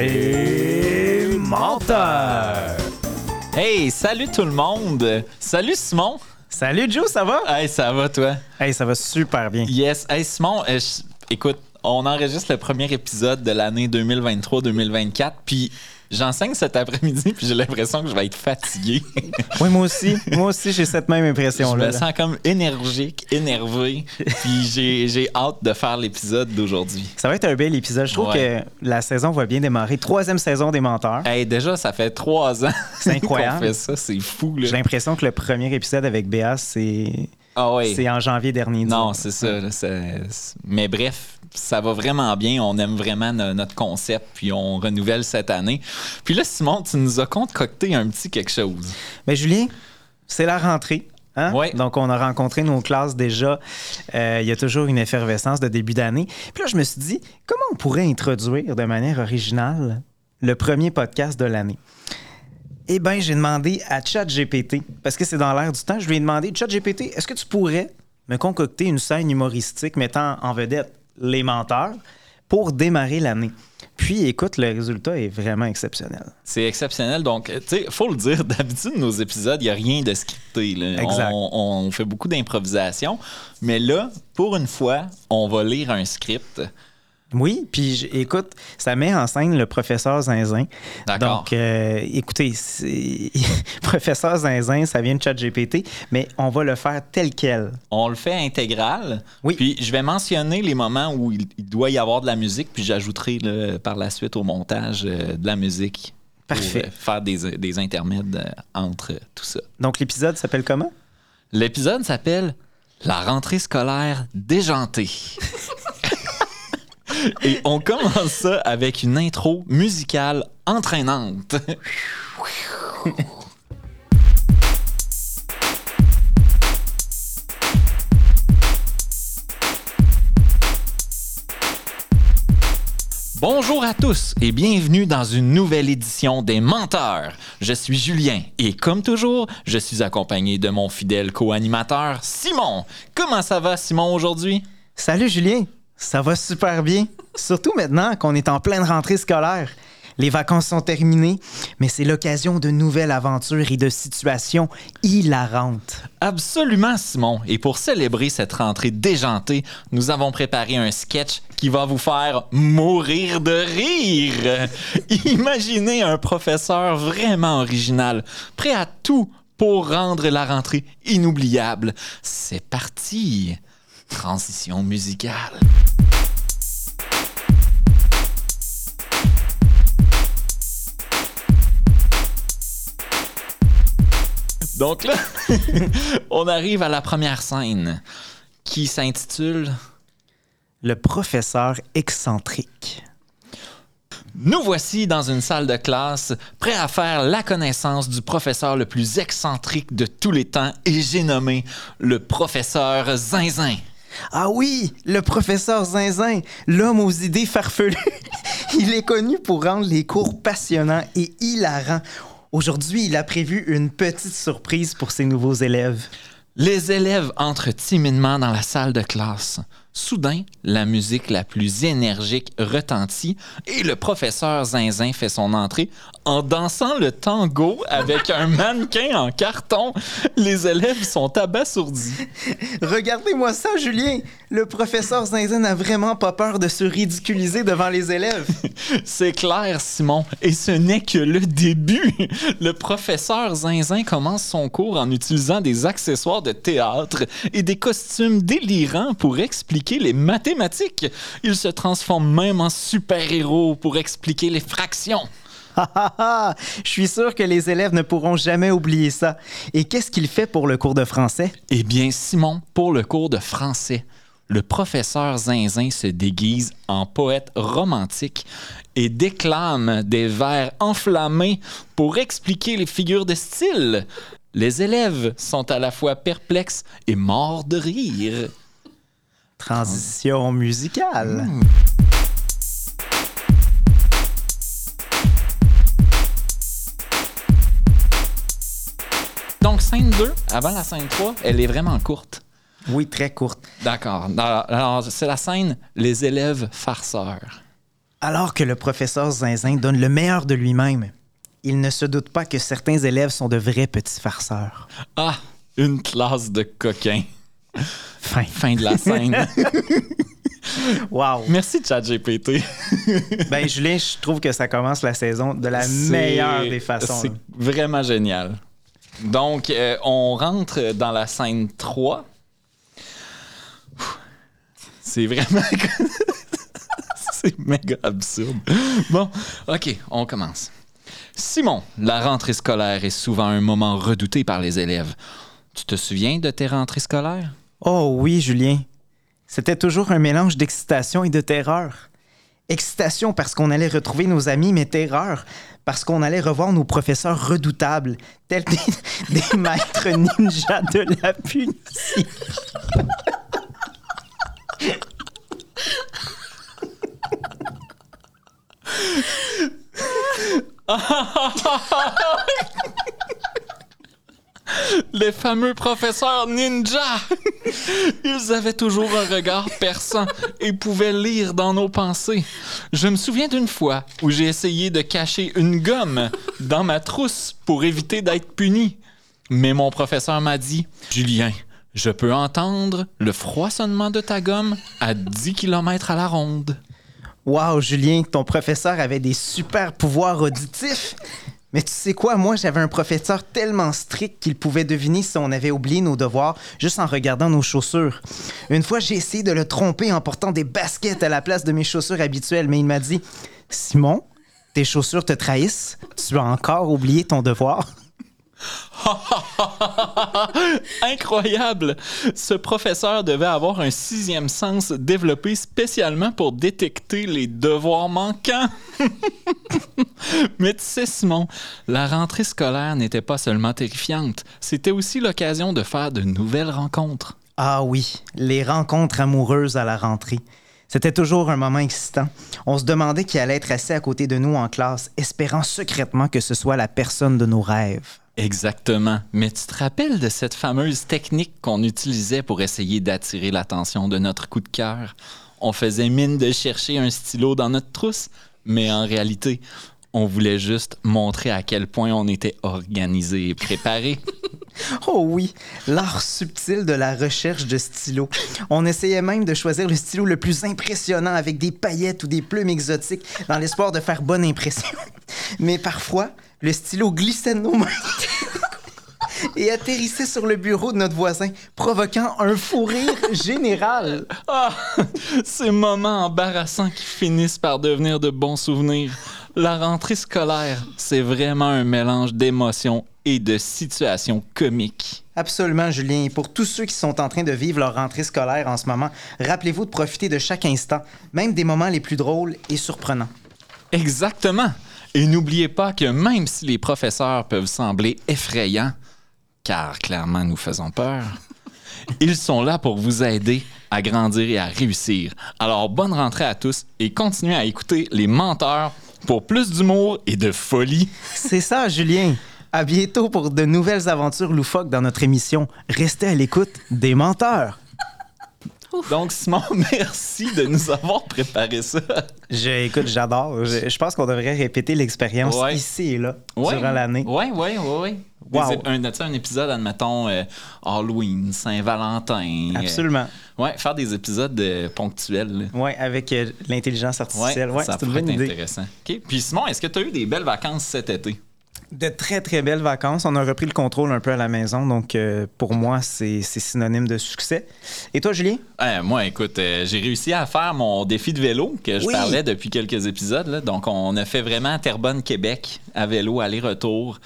Les menteurs. Hey, salut tout le monde! Salut Simon! Salut Joe, ça va? Hey, ça va toi? Hey, ça va super bien. Yes. Hey Simon, euh, je- écoute, on enregistre le premier épisode de l'année 2023-2024, puis j'enseigne cet après-midi, puis j'ai l'impression que je vais être fatigué. Oui, moi aussi. moi aussi, j'ai cette même je impression-là. me là. sens comme énergique, énervé, puis j'ai- j'ai hâte de faire l'épisode d'aujourd'hui. Ça va être un bel épisode. Je trouve Ouais. que la saison va bien démarrer. Troisième saison des menteurs. Hey, déjà, ça fait trois ans C'est incroyable. qu'on fait ça, c'est fou, là. J'ai l'impression que le premier épisode avec Béa, c'est Ah ouais. c'est en janvier dernier. disons. Non, c'est ça. là, c'est- c'est- Mais bref, ça va vraiment bien. On aime vraiment no- notre concept, puis on renouvelle cette année. Puis là, Simon, tu nous as concocté un petit quelque chose. Mais Julien, c'est la rentrée. Hein? Ouais. Donc, on a rencontré nos classes déjà. Euh, il y a toujours une effervescence de début d'année. Puis là, je me suis dit, comment on pourrait introduire de manière originale le premier podcast de l'année? Eh bien, j'ai demandé à ChatGPT, parce que c'est dans l'air du temps, je lui ai demandé, ChatGPT, est-ce que tu pourrais me concocter une scène humoristique mettant en vedette les menteurs pour démarrer l'année? Puis, écoute, le résultat est vraiment exceptionnel. C'est exceptionnel. Donc, tu sais, faut le dire, d'habitude, nos épisodes, il n'y a rien de scripté. là. Exact. On, on fait beaucoup d'improvisation. Mais là, pour une fois, on va lire un script. Oui, puis j- écoute, ça met en scène le professeur Zinzin. D'accord. Donc, euh, écoutez, c'est- professeur Zinzin, ça vient de ChatGPT, mais on va le faire tel quel. On le fait intégral. Oui. Puis je vais mentionner les moments où il, il doit y avoir de la musique, puis j'ajouterai là, par la suite au montage euh, de la musique. Parfait. Pour euh, faire des, des intermèdes euh, entre euh, tout ça. Donc, l'épisode s'appelle comment? L'épisode s'appelle La rentrée scolaire déjantée. Et on commence ça avec une intro musicale entraînante. Bonjour à tous et bienvenue dans une nouvelle édition des Menteurs. Je suis Julien et comme toujours, je suis accompagné de mon fidèle co-animateur Simon. Comment ça va Simon aujourd'hui? Salut Julien, ça va super bien. Surtout maintenant qu'on est en pleine rentrée scolaire. Les vacances sont terminées, mais c'est l'occasion de nouvelles aventures et de situations hilarantes. Absolument Simon. Et pour célébrer cette rentrée déjantée, nous avons préparé un sketch qui va vous faire mourir de rire. Imaginez un professeur vraiment original, prêt à tout pour rendre la rentrée inoubliable. C'est parti. Transition musicale. Donc là, on arrive à la première scène qui s'intitule Le professeur excentrique. Nous voici dans une salle de classe, prêts à faire la connaissance du professeur le plus excentrique de tous les temps et j'ai nommé le professeur Zinzin. Ah oui, le professeur Zinzin, l'homme aux idées farfelues. il est connu pour rendre les cours passionnants et hilarants. Aujourd'hui, il a prévu une petite surprise pour ses nouveaux élèves. Les élèves entrent timidement dans la salle de classe. Soudain, la musique la plus énergique retentit et le professeur Zinzin fait son entrée en dansant le tango avec un mannequin en carton. Les élèves sont abasourdis. Regardez-moi ça, Julien. Le professeur Zinzin n'a vraiment pas peur de se ridiculiser devant les élèves. C'est clair, Simon, et ce n'est que le début. Le professeur Zinzin commence son cours en utilisant des accessoires de théâtre et des costumes délirants pour expliquer les mathématiques. Il se transforme même en super-héros pour expliquer les fractions. Ah, ah, ah. Je suis sûr que les élèves ne pourront jamais oublier ça. Et qu'est-ce qu'il fait pour le cours de français Eh bien, Simon, pour le cours de français, le professeur Zinzin se déguise en poète romantique et déclame des vers enflammés pour expliquer les figures de style. Les élèves sont à la fois perplexes et morts de rire. Transition musicale. Hmm. Donc, scène 2, avant la scène 3, elle est vraiment courte. Oui, très courte. D'accord. Alors, alors, c'est la scène Les élèves farceurs. Alors que le professeur Zinzin donne le meilleur de lui-même, il ne se doute pas que certains élèves sont de vrais petits farceurs. Ah, une classe de coquins. Fin. Fin de la scène. Wow. Merci, ChatGPT. Ben, Julien, je trouve que ça commence la saison de la C'est- meilleure des façons. C'est là. vraiment génial. Donc, euh, on rentre dans la scène 3. Ouh, C'est vraiment. C'est méga absurde. Bon, OK, on commence. Simon, la rentrée scolaire est souvent un moment redouté par les élèves. Tu te souviens de tes rentrées scolaires? Oh oui, Julien. C'était toujours un mélange d'excitation et de terreur. Excitation parce qu'on allait retrouver nos amis, mais terreur parce qu'on allait revoir nos professeurs redoutables, tels des, des maîtres ninjas de la punition. Les fameux professeurs ninja! Ils avaient toujours un regard perçant et pouvaient lire dans nos pensées. Je me souviens d'une fois où j'ai essayé de cacher une gomme dans ma trousse pour éviter d'être puni. Mais mon professeur m'a dit Julien, je peux entendre le froissonnement de ta gomme à 10 km à la ronde. Wow, Julien, ton professeur avait des super pouvoirs auditifs. Mais tu sais quoi, moi j'avais un professeur tellement strict qu'il pouvait deviner si on avait oublié nos devoirs juste en regardant nos chaussures. Une fois, j'ai essayé de le tromper en portant des baskets à la place de mes chaussures habituelles, mais il m'a dit "Simon, tes chaussures te trahissent. Tu as encore oublié ton devoir." Incroyable! Ce professeur devait avoir un sixième sens développé spécialement pour détecter les devoirs manquants. Mais tu sais, Simon, la rentrée scolaire n'était pas seulement terrifiante, c'était aussi l'occasion de faire de nouvelles rencontres. Ah oui, les rencontres amoureuses à la rentrée. C'était toujours un moment excitant. On se demandait qui allait être assis à côté de nous en classe, espérant secrètement que ce soit la personne de nos rêves. Exactement. Mais tu te rappelles de cette fameuse technique qu'on utilisait pour essayer d'attirer l'attention de notre coup de cœur? On faisait mine de chercher un stylo dans notre trousse, mais en réalité, on voulait juste montrer à quel point on était organisé et préparé. Oh oui, l'art subtil de la recherche de stylos. On essayait même de choisir le stylo le plus impressionnant avec des paillettes ou des plumes exotiques dans l'espoir de faire bonne impression. Mais parfois, le stylo glissait de nos mains et atterrissait sur le bureau de notre voisin, provoquant un fou rire général. Ah! Ces moments embarrassants qui finissent par devenir de bons souvenirs. La rentrée scolaire, c'est vraiment un mélange d'émotions et de situations comiques. Absolument, Julien. Et pour tous ceux qui sont en train de vivre leur rentrée scolaire en ce moment, rappelez-vous de profiter de chaque instant, même des moments les plus drôles et surprenants. Exactement. Et n'oubliez pas que même si les professeurs peuvent sembler effrayants, car clairement nous faisons peur, ils sont là pour vous aider à grandir et à réussir. Alors bonne rentrée à tous et continuez à écouter les menteurs pour plus d'humour et de folie. C'est ça, Julien. À bientôt pour de nouvelles aventures loufoques dans notre émission. Restez à l'écoute des menteurs. Donc Simon, merci de nous avoir préparé ça. Je, écoute, j'adore. Je, je pense qu'on devrait répéter l'expérience Ouais. ici et là, Ouais. durant l'année. Oui, oui, oui, oui. Wow. Un, tu sais, un épisode, admettons, euh, Halloween, Saint-Valentin. euh, Absolument. Ouais, faire des épisodes euh, ponctuels. là. Oui, avec euh, l'intelligence Ouais, artificielle. Ouais, ça c'est une pourrait bonne être idée. intéressant. OK. Puis Simon, est-ce que tu as eu des belles vacances cet été? De très, très belles vacances. On a repris le contrôle un peu à la maison. Donc, euh, pour moi, c'est c'est synonyme de succès. Et toi, Julien? Eh, moi, écoute, euh, j'ai réussi à faire mon défi de vélo que je Oui. parlais depuis quelques épisodes. là. Donc, on a fait vraiment Terrebonne-Québec à vélo aller-retour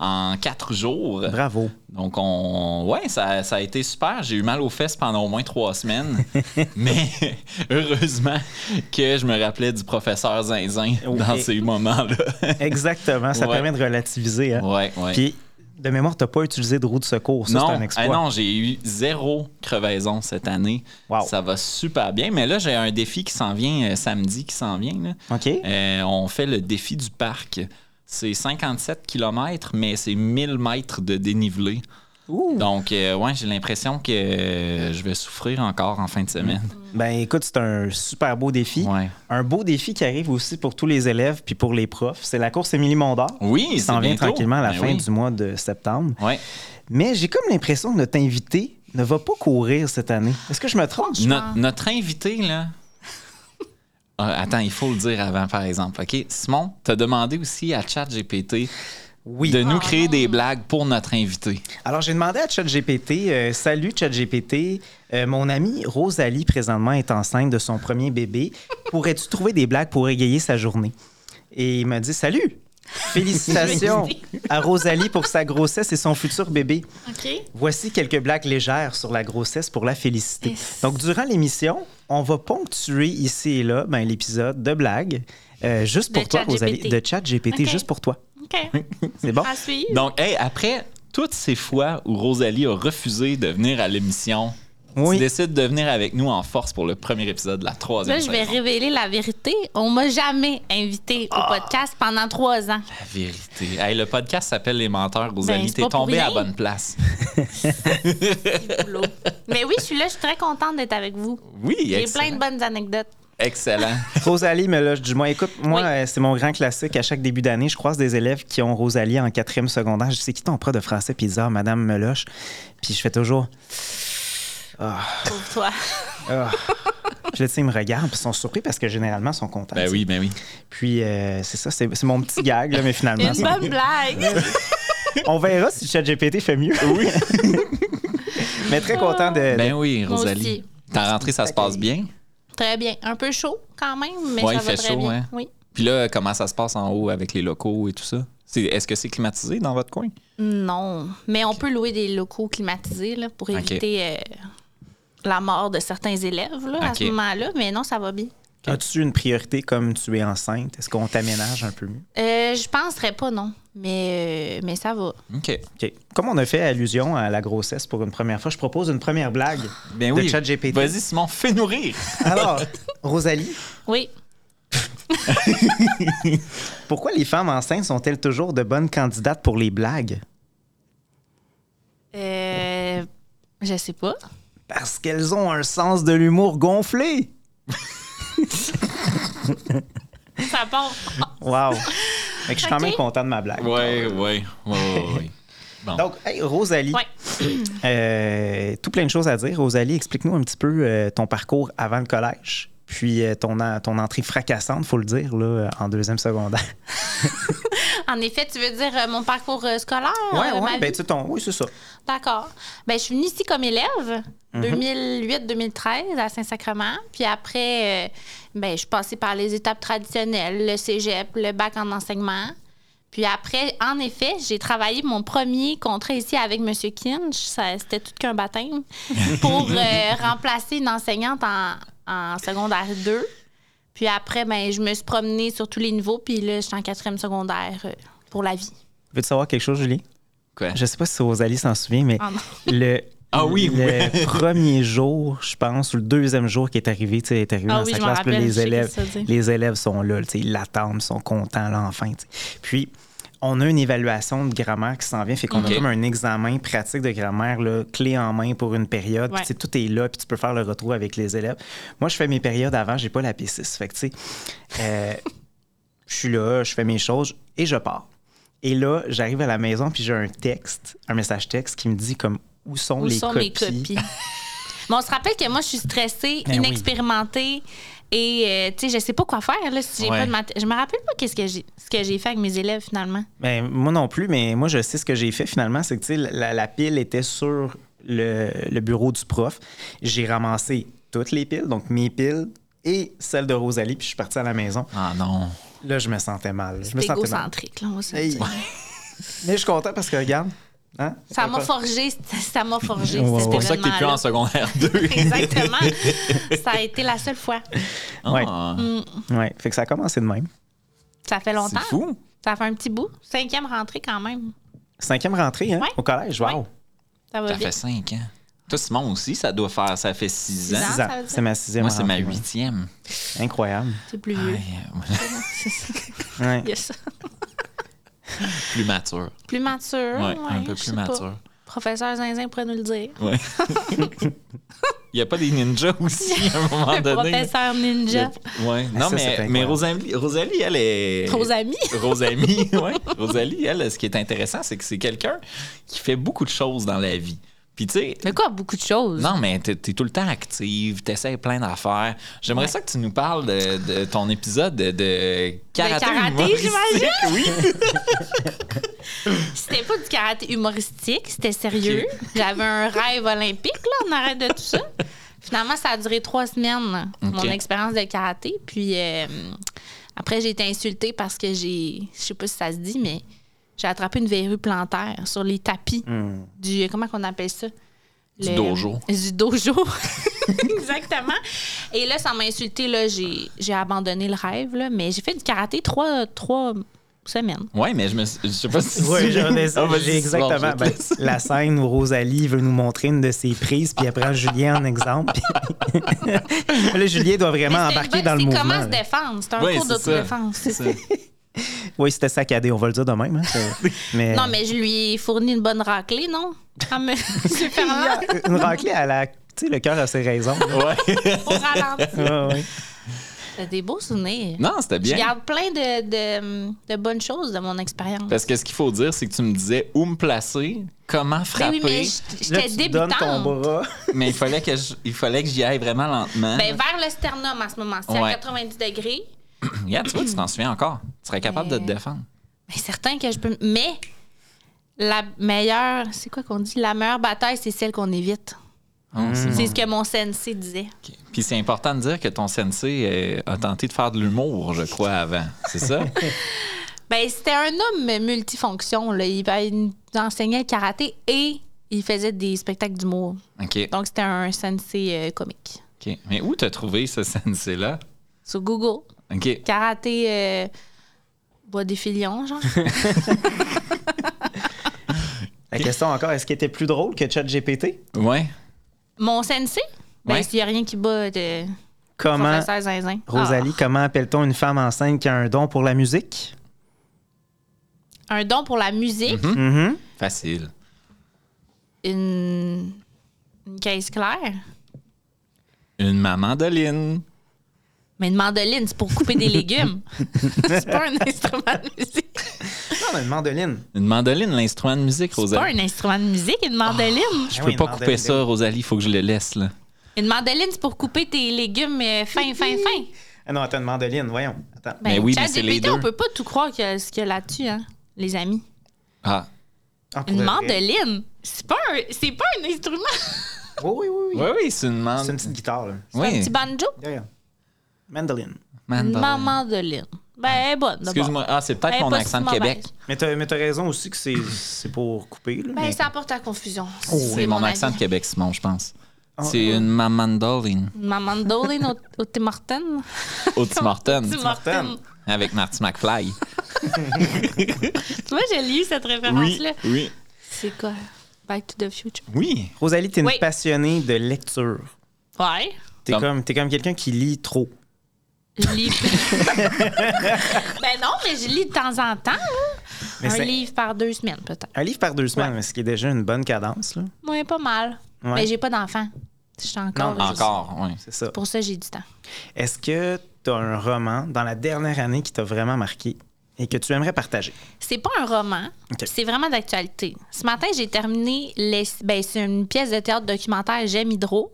en quatre jours. Bravo. Donc, on... ouais, ça, ça a été super. J'ai eu mal aux fesses pendant au moins trois semaines. mais heureusement que je me rappelais du professeur Zinzin dans Oui. ces moments-là. Exactement. Ça Ouais. permet de relativiser. hein. ouais, ouais. Puis, de mémoire, tu n'as pas utilisé de roue de secours. Ça, c'est non, un exploit. eh non, j'ai eu zéro crevaison cette année. Wow. Ah Ça va super bien. Mais là, j'ai un défi qui s'en vient euh, samedi, qui s'en vient. là. OK. Euh, on fait le défi du parc. C'est 57 km, mais c'est 1000 mètres de dénivelé. Ouh. Donc, euh, ouais, j'ai l'impression que euh, je vais souffrir encore en fin de semaine. Ben écoute, c'est un super beau défi. Ouais. Un beau défi qui arrive aussi pour tous les élèves puis pour les profs. C'est la course Émilie Mondor. Oui, Il c'est s'en vient bientôt. tranquillement à la Ben fin oui. du mois de septembre. Ouais. Mais j'ai comme l'impression que notre invité ne va pas courir cette année. Est-ce que je me trompe? No- notre invité, là. Ah, attends, il faut le dire avant, par exemple. OK, Simon, t'as demandé aussi à ChatGPT Oui. de nous Ah, créer non. des blagues pour notre invité. Alors, j'ai demandé à ChatGPT, euh, salut ChatGPT, euh, mon amie Rosalie présentement est enceinte de son premier bébé. Pourrais-tu trouver des blagues pour égayer sa journée? Et il m'a dit, salut! Félicitations à Rosalie pour sa grossesse et son futur bébé. OK. Voici quelques blagues légères sur la grossesse pour la féliciter. Yes. Donc, durant l'émission, on va ponctuer ici et là ben, l'épisode de blagues, euh, juste De pour toi, ChatGPT. Rosalie, de ChatGPT, Ok. Ah, juste pour toi. OK. C'est bon? À suivre. Donc, hey, après toutes ces fois où Rosalie a refusé de venir à l'émission, tu Oui. décides de venir avec nous en force pour le premier épisode de la troisième Là, je vais saison. révéler la vérité. On m'a jamais invité au podcast pendant trois ans. La vérité. Hey, le podcast s'appelle Les Menteurs, Rosalie. Ben, c'est T'es pas pour tombée à rien. bonne place. Boulot. Mais oui, je suis là, je suis très contente d'être avec vous. Oui, J'ai excellent. plein de bonnes anecdotes. Excellent. Rosalie me loge du moins. Écoute, moi, Oui. euh, c'est mon grand classique. À chaque début d'année, je croise des élèves qui ont Rosalie en quatrième secondaire. Je dis, c'est qui ton prof de français? Puis ils disent, ah, madame me loge. Puis je fais toujours, Pour toi. ah. Puis là, tu sais, ils me regardent, puis ils sont surpris parce que généralement, ils sont contents. ben oui, ben oui. Puis euh, c'est ça, c'est c'est mon petit gag, là, mais finalement. Une ça- bonne blague. On verra si ChatGPT fait mieux. Oui. mais très content de. Ben oui, Moi Rosalie. aussi. Ta rentrée, ça se passe bien? très bien. Un peu chaud quand même, mais Ouais, ça il va fait très chaud, bien. hein. Oui. Puis là, comment ça se passe en haut avec les locaux et tout ça? C'est- Est-ce que c'est climatisé dans votre coin? Non, mais on peut louer des locaux climatisés là, pour éviter euh, la mort de certains élèves là, à Ok. ce moment-là, mais non, ça va bien. As-tu une priorité comme tu es enceinte? Est-ce qu'on t'aménage un peu mieux? Euh, je penserais pas, non, mais, euh, mais ça va. OK. OK. Comme on a fait allusion à la grossesse pour une première fois, je propose une première blague Ben de oui. ChatGPT. Vas-y, Simon, fais-nous rire. Alors, Rosalie, Oui. pourquoi les femmes enceintes sont-elles toujours de bonnes candidates pour les blagues? Euh, je sais pas. Parce qu'elles ont un sens de l'humour gonflé. Ça part. Wow. Fait que je suis quand Ok. même content de ma blague. Ouais, ouais, ouais, ouais, ouais. Bon. Donc, hey, Rosalie, Ouais. euh, tout plein de choses à dire. Rosalie, explique-nous un petit peu euh, ton parcours avant le collège, puis euh, ton, en- ton entrée fracassante, faut le dire, là, euh, en deuxième secondaire. En effet, tu veux dire euh, mon parcours euh, scolaire? Oui, euh, ma oui, ben, vie? tu sais, ton... oui, c'est ça. D'accord. Ben, je suis venue ici comme élève, Mhm. 2008-2013 à Saint-Sacrement. Puis après, euh, ben, je suis passée par les étapes traditionnelles, le cégep, le bac en enseignement. Puis après, en effet, j'ai travaillé mon premier contrat ici avec M. Kinch. Ça- C'était tout qu'un baptême pour euh, remplacer une enseignante en, en secondaire 2. Puis après, ben, je me suis promenée sur tous les niveaux. Puis là, je suis en quatrième secondaire euh, pour la vie. Veux-tu savoir quelque chose, Julie? Quoi? Je sais pas si Rosalie s'en souvient, mais Ah non. le. Ah oui, le oui. premier jour, je pense, ou le deuxième jour qui est arrivé, tu sais, elle est arrivé Ah dans oui, sa je m'en classe, puis là, rappelle, je les sais élèves, qu'est-ce que ça veut dire. les élèves sont là, tu sais, ils l'attendent, sont contents, là, enfin. tu sais. Puis, on a une évaluation de grammaire qui s'en vient, fait qu'on Ok. a comme un examen pratique de grammaire, là, clé en main pour une période, puis Ouais. tu sais, tout est là, puis tu peux faire le retour avec les élèves. Moi, je fais mes périodes avant, j'ai pas la P6, fait que, tu sais, euh, je suis là, je fais mes choses et je pars. Et là, j'arrive à la maison puis j'ai un texte, un message texte qui me dit comme où sont, Où les, sont copies? mes copies? Mais on se rappelle que moi, je suis stressée, Ben oui. inexpérimentée. Et, euh, tu sais, je sais pas quoi faire. Là, si j'ai Ouais. pas de mat- je me rappelle pas qu'est-ce que j'ai, ce que j'ai fait avec mes élèves, finalement. Ben, moi non plus, mais moi je sais ce que j'ai fait finalement, c'est que tu sais, la, la pile était sur le, le bureau du prof. J'ai ramassé toutes les piles, donc mes piles et celles de Rosalie, puis je suis parti à la maison. Ah non. Là, je me sentais mal. Je me C'est sentais mal. égocentrique, là, on va se le Hey. dire. Mais je suis content parce que regarde, hein? Ça m'a forgé, ça m'a forgé, Ouais, ouais. cet C'est C'est pour ça que t'es plus en événement-là. secondaire 2. Exactement. ça a été la seule fois. Mm, Ouais. Ah, Ouais, fait que ça a commencé de même. Ça fait longtemps. c'est fou. Ça fait un petit bout. Cinquième rentrée, quand même. Cinquième rentrée, hein, Ouais. au collège, wow. Ouais. Ça va Ça bien. fait 5 ans. Toi, Simon aussi, ça doit faire, ça fait 6 ans. ans. Six ans. ça veut dire? C'est ma sixième Moi, c'est ma rentrée, ouais. huitième. Incroyable. C'est plus vieux. Ouais, Ouais. Il y a ça. Plus mature. Plus mature. Ouais, ouais, un peu Ah je plus sais pas. mature. Professeur Zinzin pourrait nous le dire. Ouais. Il n'y a pas des ninjas aussi à un moment Le donné. professeur ninja. Le- Ouais. Non, Ah, ça, c'est mais, mais incroyable. Rosalie, Rosalie, elle est. Aux amis. Rosamie, ouais. Rosalie, elle, ce qui est intéressant, c'est que c'est quelqu'un qui fait beaucoup de choses dans la vie. Puis, tu sais, Mais quoi, beaucoup de choses. non, mais t'es es tout le temps active, t'essayes plein d'affaires. J'aimerais ça que tu nous parles de, de ton épisode de, de karaté. karaté, humoristique. Oui. C'était pas du karaté humoristique, c'était sérieux. J'avais un rêve olympique, là, on arrête de tout ça. Finalement, ça a duré trois semaines, là, Ok. mon expérience de karaté. Puis euh, après, j'ai été insultée parce que j'ai, je sais pas si ça se dit, mais j'ai attrapé une verrue plantaire sur les tapis Hmm. du, comment qu'on appelle ça? Du Le- dojo. Du dojo. Exactement. Et là, ça m'a insulté. Là, j'ai, j'ai abandonné le rêve, là, mais j'ai fait du karaté trois, trois semaines. Ouais, mais je me je sais pas si. Oui, j'en ai, Ah, vas-y, j'ai exactement. bon, je te ben, laisse. la scène où Rosalie veut nous montrer une de ses prises, puis elle prend Julien en exemple. puis- là, Julien doit vraiment Mais c'est embarquer une bonne- dans le c'est mouvement. comment se là. défendre. C'est un Ouais, cours c'est ça. d'autodéfense. C'est ça. Oui, c'était saccadé, on va le dire de même. hein, c'est- mais, Non, mais je lui ai fourni une bonne raclée, non? Ah, mais- Monsieur Ferland, Ah, une raclée à la. Tu sais, le cœur a ses raisons. là. Ah, Ouais. au ralenti. Ouais, ouais. T'as des beaux souvenirs. Non, c'était Je bien. garde plein de, de- de bonnes choses de mon expérience. Parce que ce qu'il faut dire, c'est que tu me disais où me placer, comment Ben frapper, oui, mais mais, je- Là, j'étais tu te donnes ton débutante. bras. il fallait que je- il fallait que j'y aille vraiment lentement. Ben, vers le sternum en ce moment. C'est Ouais. à 90 degrés. Regarde, tu vois, tu t'en souviens encore. Tu serais capable de te Mais- défendre. Mais Ben, certain que je peux. Mais la meilleure. C'est quoi qu'on dit? La meilleure bataille, c'est celle qu'on évite. Oh, c'est C'est bon. ce que mon sensei disait. Ok. Puis c'est important de dire que ton sensei euh, a tenté de faire de l'humour, je crois, avant. C'est ça? Ben, c'était un homme multifonction. Là. Il, va- il nous enseignait le karaté et il faisait des spectacles d'humour. OK. Donc, c'était un sensei euh, comique. OK. Mais où t'as trouvé ce sensei-là? Sur Google, OK. karaté euh, bois des filions, genre. La question encore, est-ce qu'il était plus drôle que ChatGPT? Ouais. Mon sensei? Ben, Ouais. s'il n'y a rien qui bat de Comment, professeur Ah. Zinzin. Rosalie, comment appelle-t-on une femme enceinte qui a un don pour la musique? Ah, un don pour la musique, Mhm. Facile. une... une caisse claire. Une mandoline. Mais une mandoline, c'est pour couper des légumes. c'est pas un instrument de musique. Non, mais une mandoline. Une mandoline, l'instrument de musique, C'est pas Rosalie. un Ah instrument de musique, une mandoline. Ben Je peux pas couper ça, Rosalie. Il faut que je le laisse, là. Une mandoline, c'est pour couper tes légumes euh, fin, fin, fin. Ah non, attends, une mandoline, voyons. Attends. Mais Ben oui, mais ChatGPT, c'est les deux. on peut pas tout croire que ce qu'il y a là-dessus, hein, les amis. Ah. Ah, pour Une de vrai. mandoline, c'est pas un, c'est pas un instrument. Oui, oui, oui. oui. Oui, oui, c'est une C'est une mandoline. petite guitare, là. Un Oui. petit banjo. Regarde. Mandoline. Une mandoline. mandoline. Ben, elle est bonne. d'abord. Excuse-moi. Ah, c'est Elle peut-être est mon Eh, pas accent si de Québec. mauvaise. Mais t'as, mais t'as raison aussi que c'est, c'est pour couper, là. Ben, mais- ça apporte à confusion. Oh, C'est mon accent de avis. Québec, Simon, je pense. Ah, C'est ah. une mandoline. Ma mandoline au, au Tim Hortons. Au Tim Hortons, Tim Hortons. Avec Marty McFly. Tu vois, j'ai lu cette référence-là. oui. C'est quoi? Back to the Future. Oui. Rosalie, t'es une Oui. passionnée de lecture. Ouais. T'es Comme- comme, t'es comme quelqu'un qui lit trop. Je lis. ben non, mais je lis de temps en temps. hein. Mais un c'est- livre par deux semaines, peut-être. Un livre par deux semaines, ce qui est déjà une bonne cadence, là. Oui, pas mal. Ouais. Mais j'ai pas d'enfant. Je suis encore. Non, Encore, oui. C'est ça. Pour ça, j'ai du temps. Est-ce que t'as un roman dans la dernière année qui t'a vraiment marqué et que tu aimerais partager? C'est pas un roman, Ok. c'est vraiment d'actualité. Ce matin, j'ai terminé les... ben, c'est une pièce de théâtre documentaire J'aime Hydro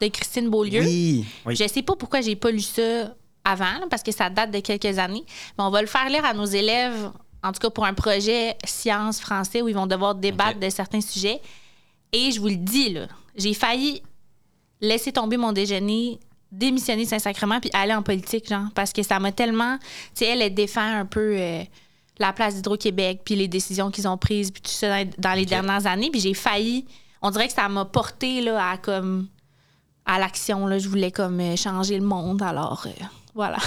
de Christine Beaulieu. Oui. Oui. Je sais pas pourquoi j'ai pas lu ça avant, là, parce que ça date de quelques années. Mais on va le faire lire à nos élèves, en tout cas pour un projet sciences français où ils vont devoir débattre Ok. de certains sujets. Et je vous le dis, là, j'ai failli laisser tomber mon déjeuner, démissionner Saint-Sacrement, puis aller en politique, genre, parce que ça m'a tellement. Tu sais, elle, elle défend un peu. euh, la place d'Hydro-Québec, puis les décisions qu'ils ont prises, puis tout ça dans, dans les dernières années. Puis j'ai failli. On dirait que ça m'a porté là, à comme à l'action. Là. Je voulais comme euh, changer le monde. Alors euh, voilà.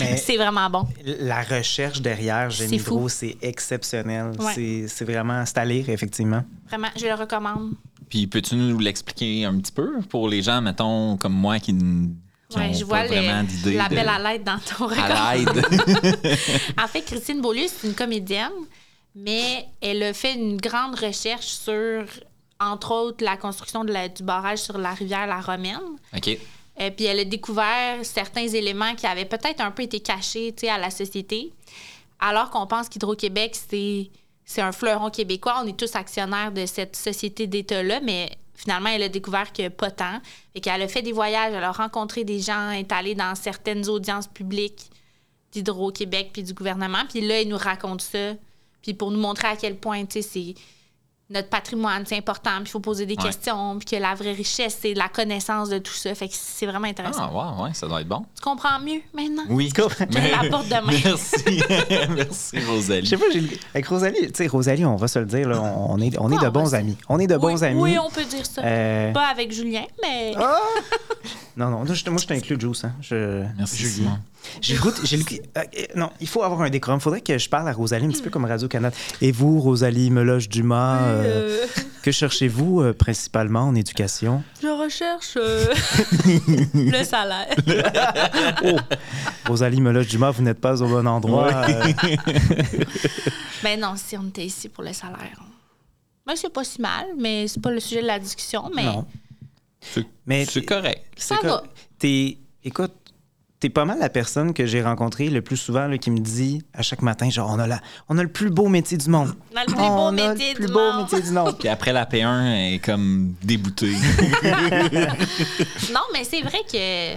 Mais c'est vraiment bon. la recherche derrière C'est Génie fou. Gros, c'est exceptionnel. Ouais. C'est, c'est vraiment, c'est à lire, effectivement. Vraiment, je le recommande. Puis peux-tu nous l'expliquer un petit peu pour les gens, mettons, comme moi, qui n- qui Ouais, ont je pas vois vraiment le- d'idée l'appel de- à l'aide dans ton à recommandé. l'aide. En fait, Christine Beaulieu, c'est une comédienne, mais elle a fait une grande recherche sur, entre autres, la construction de la- du barrage sur la rivière La Romaine. OK. Euh, puis elle a découvert certains éléments qui avaient peut-être un peu été cachés tu sais, à la société. Alors qu'on pense qu'Hydro-Québec, c'est, c'est un fleuron québécois. On est tous actionnaires de cette société d'État-là, mais finalement, elle a découvert que pas tant. Et qu'elle a fait des voyages, elle a rencontré des gens, est allée dans certaines audiences publiques d'Hydro-Québec puis du gouvernement. Puis là, elle nous raconte ça. Puis pour nous montrer à quel point, tu sais, c'est notre patrimoine, c'est important, puis il faut poser des Ouais. questions, puis que la vraie richesse, c'est la connaissance de tout ça. Fait que c'est vraiment intéressant. Ah, wow, ouais, ça doit être bon. Tu comprends mieux maintenant? Oui. J'ai la porte de main. Merci. Merci, Je Rosalie. sais pas, j'ai le- avec Rosalie, tu sais, Rosalie, on va se le dire, là, on on est, on est Ah, de bons vas-y. amis. On est de bons oui, amis. Oui, on peut dire ça. Euh, Pas avec Julien, mais Ah! Non, non, moi je, moi, je t'inclus, Juice. Hein. Je... Merci, Julien. Simon. J'ai le goût de- j'ai le goût- euh, euh, non, il faut avoir un décorum. faudrait que je parle à Rosalie un petit peu comme Radio-Canada. Et vous, Rosalie Meloche Dumas, euh, euh, que cherchez-vous euh, principalement en éducation? je recherche euh, le salaire. Oh! Rosalie Meloche Dumas, vous n'êtes pas au bon endroit. euh, Mais Ben non, si on était ici pour le salaire. Moi, c'est pas si mal, mais c'est pas le sujet de la discussion, mais non. C'est- Mais- C'est correct. ça C'est va. comme- T'es, écoute, t'es pas mal la personne que j'ai rencontrée le plus souvent là, qui me dit à chaque matin, genre, on a, la, on a le plus beau métier du monde. On a le plus on beau a métier le plus du beau monde. métier du monde. Puis après, la P1 elle est comme déboutée. Non, mais c'est vrai que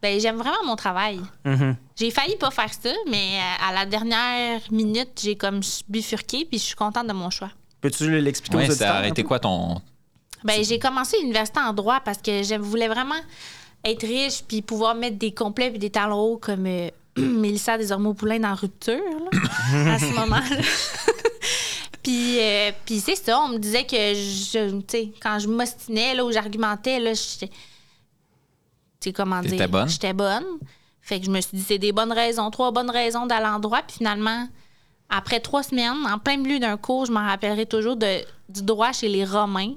ben, j'aime vraiment mon travail. Mhm. J'ai failli pas faire ça, mais euh, à à la dernière minute, j'ai comme bifurqué, puis je suis contente de mon choix. Peux-tu l'expliquer ouais, aux auditeurs? ça a un arrêté peu? quoi ton. Ben, j'ai commencé l'université en droit parce que je voulais vraiment être riche puis pouvoir mettre des complets puis des talons hauts comme euh, Mélissa Desormeaux-Poulain dans Rupture, là, à ce moment-là. puis, euh, puis c'est ça, on me disait que, je, tu sais, quand je m'ostinais là, ou j'argumentais, là, j'étais... Tu sais, comment T'étais dire? bonne? J'étais bonne. Fait que je me suis dit, c'est des bonnes raisons, trois bonnes raisons d'aller en droit. Puis finalement, après trois semaines, en plein milieu d'un cours, je m'en rappellerai toujours de, du droit chez les Romains.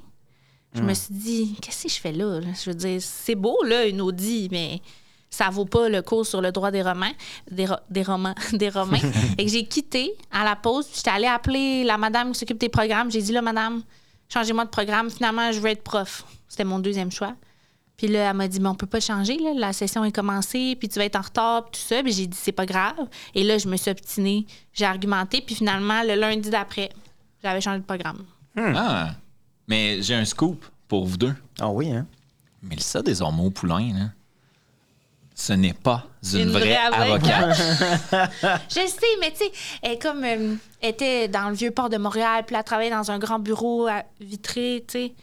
Je Hmm. me suis dit, qu'est-ce que je fais là? là? Je veux dire, c'est beau, là, une Audi, mais ça vaut pas le cours sur le droit des Romains. Des, Ro- des Romains. Des Romains. et que j'ai quitté à la pause, puis j'étais allée appeler la madame qui s'occupe des programmes. J'ai dit, là, madame, changez-moi de programme. Finalement, je veux être prof. C'était mon deuxième choix. Puis là, elle m'a dit, mais on peut pas te changer, là. la session est commencée, puis tu vas être en retard, puis tout ça. Puis j'ai dit, c'est pas grave. Et là, je me suis obstinée, j'ai argumenté, puis finalement, le lundi d'après, j'avais changé de programme. Hmm. Ah! Mais j'ai un scoop pour vous deux. Ah oui, hein? Mais ça, des hormones poulain, là, ce n'est pas une, Une vraie, vraie avocate. avocate. Je sais, mais tu sais, elle est comme euh, elle était dans le vieux port de Montréal, puis elle travaillait dans un grand bureau à- vitré, tu sais.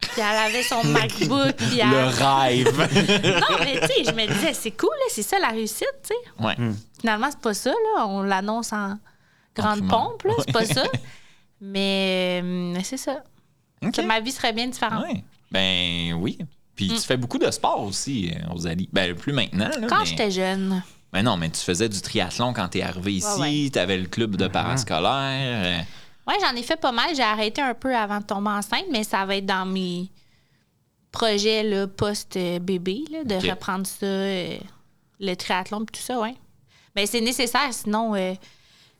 Puis elle avait son MacBook, puis elle... Le rêve. Non, mais tu sais, je me disais, c'est cool, là, c'est ça la réussite, tu sais. Ouais. Finalement, c'est pas ça, là. On l'annonce en grande Compliment. pompe, là, c'est pas ça. Mais euh, c'est ça. OK. Ma Mm. vie serait bien différente. Ouais. Ben oui. Puis tu fais beaucoup de sport aussi, euh, Rosalie. Ben plus maintenant. Là, Quand mais- j'étais jeune, Ben non, mais tu faisais du triathlon quand t'es arrivé ici. ouais. T'avais le club de parascolaire. euh, ouais, j'en ai fait pas mal. J'ai arrêté un peu avant de tomber enceinte, mais ça va être dans mes projets là, post-bébé, là, de Ok. reprendre ça, euh, le triathlon pis tout ça, ouais. Ben, c'est nécessaire, sinon, euh,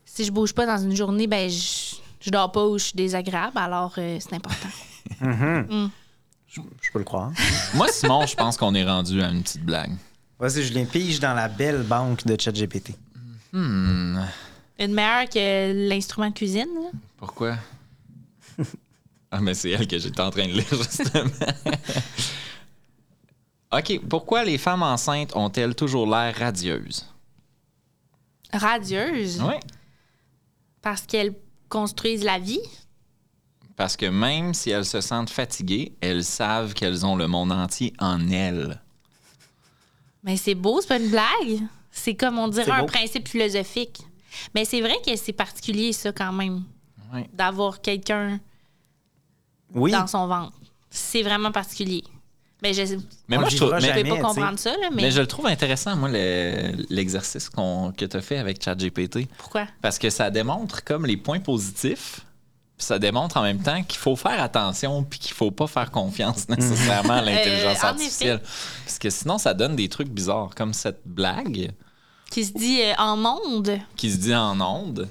si je bouge pas dans une journée, ben, je, je dors pas ou je suis désagréable, alors euh, c'est important. Je peux le croire. Moi, Simon, je pense qu'on est rendu à une petite blague. Vas-y, Julien, pige dans la belle banque de ChatGPT. Une meilleure que l'instrument de cuisine, là. Pourquoi? ah, mais c'est elle que j'étais en train de lire, justement. OK. Pourquoi les femmes enceintes ont-elles toujours l'air radieuses? radieuse Oui. parce qu'elles construisent la vie. Parce que même si elles se sentent fatiguées, elles savent qu'elles ont le monde entier en elles. Mais c'est beau, c'est pas une blague. C'est comme on dirait C'est un beau. principe philosophique. Mais c'est vrai que c'est particulier, ça, quand même, Ouais. d'avoir quelqu'un Oui. dans son ventre. C'est vraiment particulier. Mais je ne Mais On moi, le je trouve, vivra mais- jamais. pouvais pas tu sais. comprendre ça, là, mais, mais je le trouve intéressant, moi, le- l'exercice qu'on- que tu as fait avec ChatGPT. pourquoi? Parce que ça démontre comme les points positifs. Puis ça démontre en même temps qu'il faut faire attention puis qu'il faut pas faire confiance nécessairement à l'intelligence Euh, en artificielle. Parce que sinon, ça donne des trucs bizarres, comme cette blague Qui se dit euh, en monde. qui se dit en ondes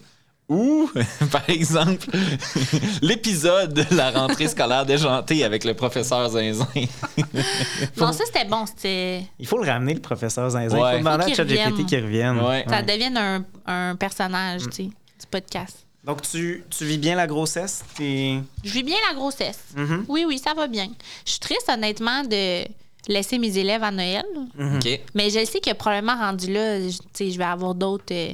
Ou, par exemple, l'épisode de la rentrée scolaire déjantée avec le professeur Zinzin. Non, ça, c'était bon. C'était... Il faut le ramener, le professeur Zinzin. Il Ouais. faut demander à Faut qu'il ChatGPT revienne. qu'il revienne. Ouais. Ça devient un, un Mm. personnage, tu sais, du podcast. Donc, tu, tu vis bien la grossesse? T'es... Je vis bien la grossesse. Mhm. Oui, oui, ça va bien. Je suis triste, honnêtement, de laisser mes élèves à Noël. OK. Mais je sais que probablement rendu là, je- tu sais, je vais avoir d'autres. euh,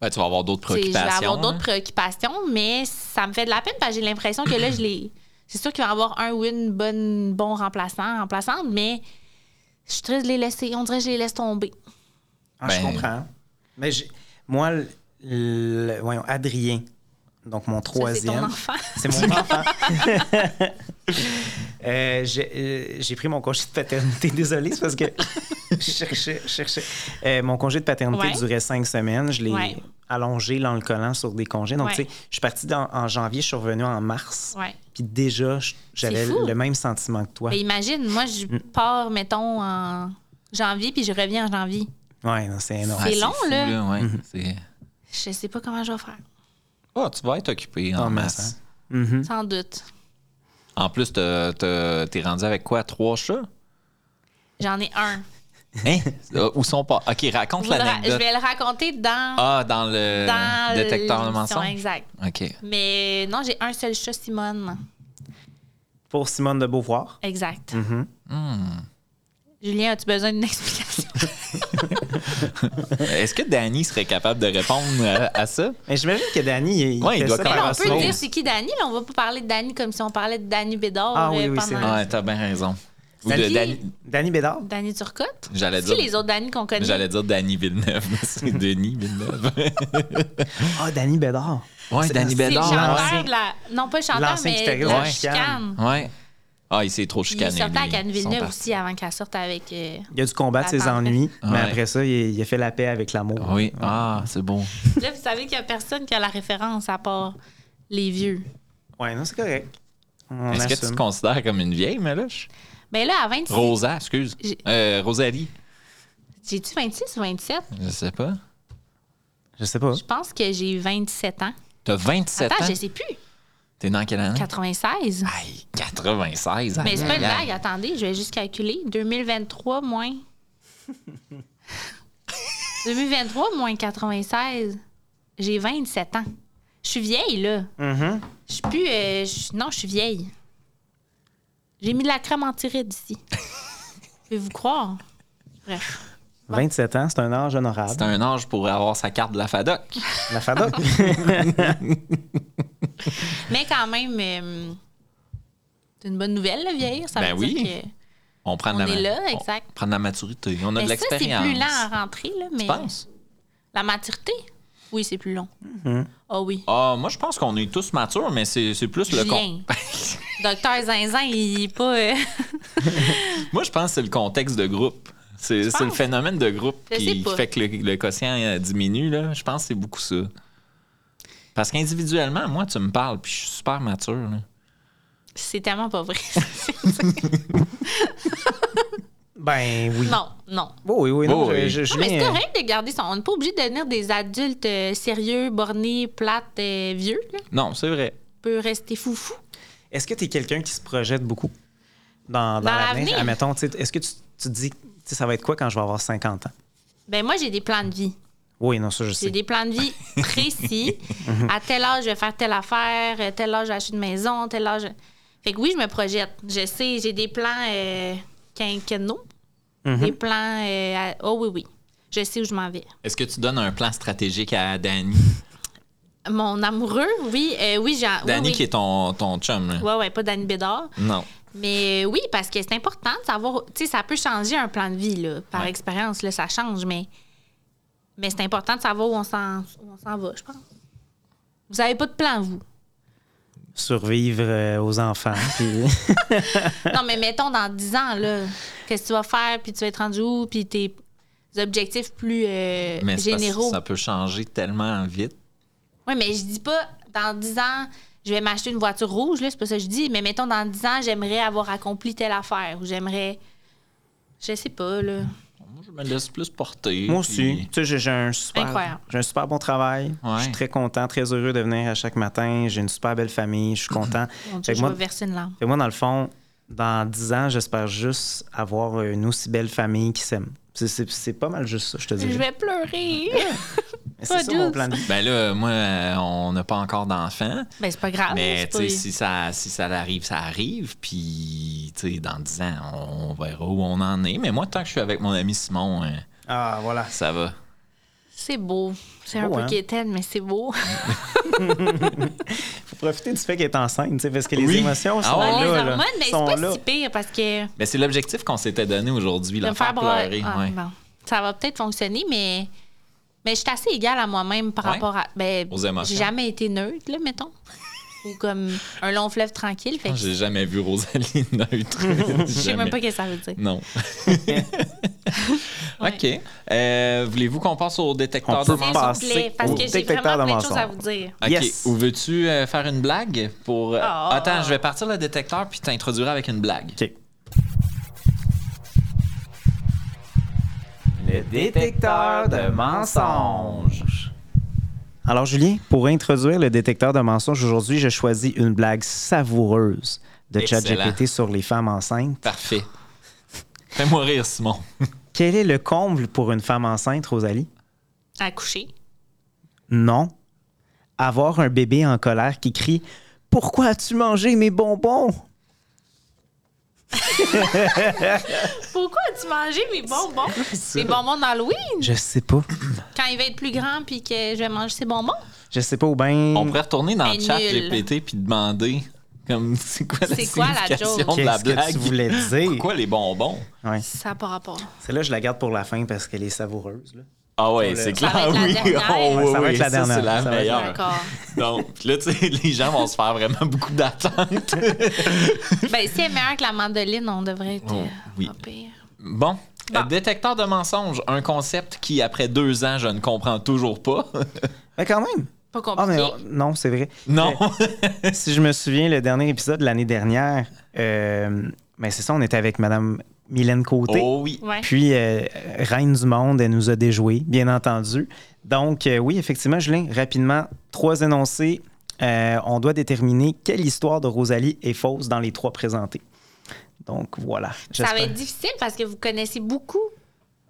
Ben, tu vas avoir d'autres tu sais, je vais préoccupations. avoir d'autres hein. préoccupations, mais ça me fait de la peine parce que j'ai l'impression que là, je les. C'est sûr qu'il va y avoir un ou une bonne, bon remplaçant, remplaçante, mais je suis triste de les laisser. On dirait que je les laisse tomber. Ah, je Ben- comprends. Mais j'ai- moi, le, le- voyons, Adrien, donc mon Ça, C'est ton troisième. enfant. C'est mon enfant. Euh, j'ai, euh, j'ai pris mon congé de paternité. Désolée, c'est parce que je cherchais. je cherchais. Euh, mon congé de paternité Ouais. durait cinq semaines. Je l'ai Ouais. allongé là, en le collant sur des congés. Donc, Ouais. tu sais, je suis partie dans- en janvier, je suis revenue en mars. Ouais. Puis déjà, je- j'avais C'est fou. le même sentiment que toi. Mais imagine, moi, je Mm. pars, mettons, en janvier, puis je reviens en janvier. Ouais, non, c'est énorme. Ah, c'est long, fou, là. ouais. C'est- Je sais pas comment je vais faire. Ah, tu vas être occupé Ah, en mais masse. Mhm. Mm. Sans doute. En plus, t'as- t'as- t'es rendu avec quoi? Trois chats? J'en ai un. Hein? Euh, Où sont pas? OK, raconte Je vais le ra- je l'anecdote. vais le raconter dans, Ah, dans le dans détecteur de l'émission, mensonges? Exact. OK. Mais non, j'ai un seul chat, Simone. Pour Simone de Beauvoir. Exact. Hmm. Mhm. Julien, as-tu besoin d'une explication? Est-ce que Danny serait capable de répondre à, à ça? Mais j'imagine que Danny, il, Ouais, il fait doit ça quand par même on Rasmus. peut osmose. dire c'est qui Danny. Là, on va pas parler de Danny comme si on parlait de Danny Bédard Ah oui, euh, oui, c'est pendant... vrai. Ouais, t'as bien raison. Ou de Danny- Danny- Danny Bédard. Danny Turcotte? J'allais C'est qui dire- les autres Danny qu'on connaît? J'allais dire Danny Villeneuve, mais c'est Denis Villeneuve. Ah, Danny Bédard. ouais, Danny C'est le Bédard. Jean-Marc. chanteur de la... Non, pas le chanteur, hein? L'ancien mais de guitariste la de la chicane. chicane. ouais. Ouais. Ah, il s'est trop Il est chicané. sorti lui. à Ils sont Canville-Neuve partis. aussi avant qu'elle sorte avec... euh, Il a dû combattre ses Attends, ennuis, mais Ouais. après ça, il, il a fait la paix avec l'amour. Oui, ah, c'est bon. Là, vous savez qu'il y a personne qui a la référence à part les vieux. Ouais, non, c'est correct. On Est-ce que tu assume. te considères comme une vieille meluche? Mais Ben là, à 26... Rosa, excuse. J'ai- Euh, Rosalie, J'ai-tu 26 ou 27? je sais pas. Je sais pas. Je pense que j'ai 27 ans. T'as 27 Attends, ans. je sais plus. T'es dans quelle année? 96? Aïe, 96. Mais c'est pas aïe, une aïe. blague, attendez, je vais juste calculer. 2023 moins. 2023 moins 96. J'ai 27 ans. Je suis vieille, là. Mm-hmm. Mhm. Je suis plus. euh, je suis- non, je suis vieille. J'ai mis de la crème antiride ici. Pouvez-vous croire? Bref. 27 ans, c'est un âge honorable. C'est un âge pour avoir sa carte de la FADOC. La FADOC. Mais quand même, euh, c'est une bonne nouvelle, le vieillir. Ça Ben veut oui. dire que. On prend de On la est ma- là, on exact. prend de la maturité. On a Mais de ça, c'est l'expérience. plus lent à rentrer, là. Mais Tu penses? la maturité, oui, c'est plus long. Ah oui. Ah, moi, je pense qu'on est tous matures, mais c'est c'est plus le Julien. con. Docteur Zinzin, il est pas. euh, Moi, je pense que c'est le contexte de groupe. C'est c'est le penses? phénomène de groupe Je sais qui, qui pas. fait que le, le quotient euh, diminue. Là. Je pense que c'est beaucoup ça. Parce qu'individuellement, moi, tu me parles, puis je suis super mature. là. C'est tellement pas vrai. ben oui. non, non. Oh, oui, oui, non. Oh, oui. je, je- Non, mais c'est Julien, correct de garder son. On n'est pas obligé de devenir des adultes euh, sérieux, bornés, plates, euh, vieux. là. Non, c'est vrai. On peut rester foufou. Est-ce que tu es quelqu'un qui se projette beaucoup dans, dans Dans l'avenir? l'avenir? Admettons, tu sais, est-ce que tu, tu te dis, tu sais, ça va être quoi quand je vais avoir 50 ans? Ben moi, j'ai des plans de vie. Oui, non, ça, je J'ai sais. des plans de vie précis. à tel âge, je vais faire telle affaire. euh, Tel âge, j'achète une maison. Tel âge. Fait que oui, je me projette. Je sais, j'ai des plans euh, quinquennaux. Des plans. euh, à- Oh oui, oui. Je sais où je m'en vais. Est-ce que tu donnes un plan stratégique à Danny? Mon amoureux, oui, euh, oui, j'ai. oui, Danny oui. qui est ton, ton chum. là. Ouais, ouais, pas Danny Bédard. Non. Mais euh, oui, parce que c'est important de savoir. Tu sais, ça peut changer un plan de vie, là. Par Ouais. expérience, là, ça change, mais. Mais c'est important de savoir où on s'en où on s'en va, je pense. Vous avez pas de plan, vous. Survivre euh, aux enfants. puis- non, mais mettons dans 10 ans, là, qu'est-ce que tu vas faire, puis tu vas être rendu où, puis tes objectifs plus euh, Mais c'est parce que généraux. ça peut changer tellement vite. Oui, mais je dis pas dans 10 ans, je vais m'acheter une voiture rouge, là, c'est pas ça que je dis, mais mettons dans 10 ans, j'aimerais avoir accompli telle affaire ou j'aimerais. Je sais pas, là. Moi, je me laisse plus porter. Moi aussi. puis- Tu sais, j'ai- j'ai un, super- Incroyable. j'ai un super bon travail. Ouais. Je suis très content, très heureux de venir à chaque matin. J'ai une super belle famille. Je suis content. Mon Dieu, Fait que je moi, vais verser une larme. fait que moi, dans le fond, dans 10 ans, j'espère juste avoir une aussi belle famille qui s'aime. C'est- C'est c'est pas mal juste ça, je te dis. Je vais pleurer. Ah. C'est ça mon douce. plan de vie. Ben là, moi, euh, on n'a pas encore d'enfant. Ben, c'est pas grave. Mais c'est tu sais, pas- si ça, si ça arrive, ça arrive. Puis, tu sais, dans 10 ans, on, on verra où on en est. Mais moi, tant que je suis avec mon ami Simon, euh, Ah, voilà. ça va. C'est beau. C'est C'est un beau, peu hein? quétaine, mais c'est beau. Faut profiter du fait qu'elle est enceinte, tu sais, parce que les Oui. émotions Ah sont ouais. Ouais, les Oh, là. là. hormones, mais c'est sont pas là. si pire parce que Mais c'est l'objectif qu'on s'était donné aujourd'hui, de là, me faire pleurer. pleurer. Ah, ouais. bon. Ça va peut-être fonctionner, mais, mais je suis assez égale à moi-même par Ouais. rapport à. Ben, Aux émotions. J'ai jamais été neutre, là, mettons. Ou comme un long fleuve tranquille. Ah, Fait que je J'ai jamais vu Rosalie neutre. sais Jamais. même pas ce que ça veut dire. Non. OK. Euh, Voulez-vous qu'on passe au détecteur On peut de S'il mensonges? passer vous plaît, parce au que j'ai détecteur de vraiment plein de choses à mensonges. vous dire. OK. Yes. Ou veux-tu euh, faire une blague pour. euh, Ah. Attends, je vais partir le détecteur puis t'introduire avec une blague. OK. Le détecteur de mensonges. Alors, Julien, pour introduire le détecteur de mensonges aujourd'hui, je choisis une blague savoureuse de Excellent. ChatGPT sur les femmes enceintes. Parfait. Fais-moi rire, Simon. Quel est le comble pour une femme enceinte, Rosalie? Accoucher. Non. Avoir un bébé en colère qui crie Pourquoi as-tu mangé mes bonbons? Pourquoi as-tu mangé mes bonbons? Mes bonbons d'Halloween? Je sais pas. Quand il va être plus grand puis que je vais manger ses bonbons? Je sais pas ou ben. On pourrait retourner dans le Mais chat nul. GPT puis demander comme c'est quoi la C'est quoi la signification joke? de la Qu'est-ce blague que tu voulais dire? Pourquoi les bonbons Ouais. Ça n'a pas rapport. Celle-là, je la garde pour la fin parce qu'elle est savoureuse. là. Ah ouais, Ça c'est va clair. être la oui. dernière. Oh, Ça oui, va oui, être la ça, c'est dernière. Ça la va être meilleure. la D'accord. Donc là, tu sais, les gens vont se faire vraiment beaucoup d'attentes. Ben, si elle est meilleure que la mandoline, on devrait être Oh, euh, oui. pas pire. Bon. Bon. Euh, Détecteur de mensonges, un concept qui, après deux ans, je ne comprends toujours pas. Mais Ben, quand même. Pas Ah, mais compliqué. on- non, c'est vrai. non. si je me souviens, le dernier épisode de l'année dernière, euh, ben c'est ça, on était avec Madame Mylène Côté. oh oui. Ouais. Puis, euh, Reine du Monde, elle nous a déjoué, bien entendu. Donc, euh, oui, effectivement, Julien, rapidement, trois énoncés. Euh, on doit déterminer quelle histoire de Rosalie est fausse dans les trois présentés. Donc, voilà. ça va J'espère- être difficile parce que vous connaissez beaucoup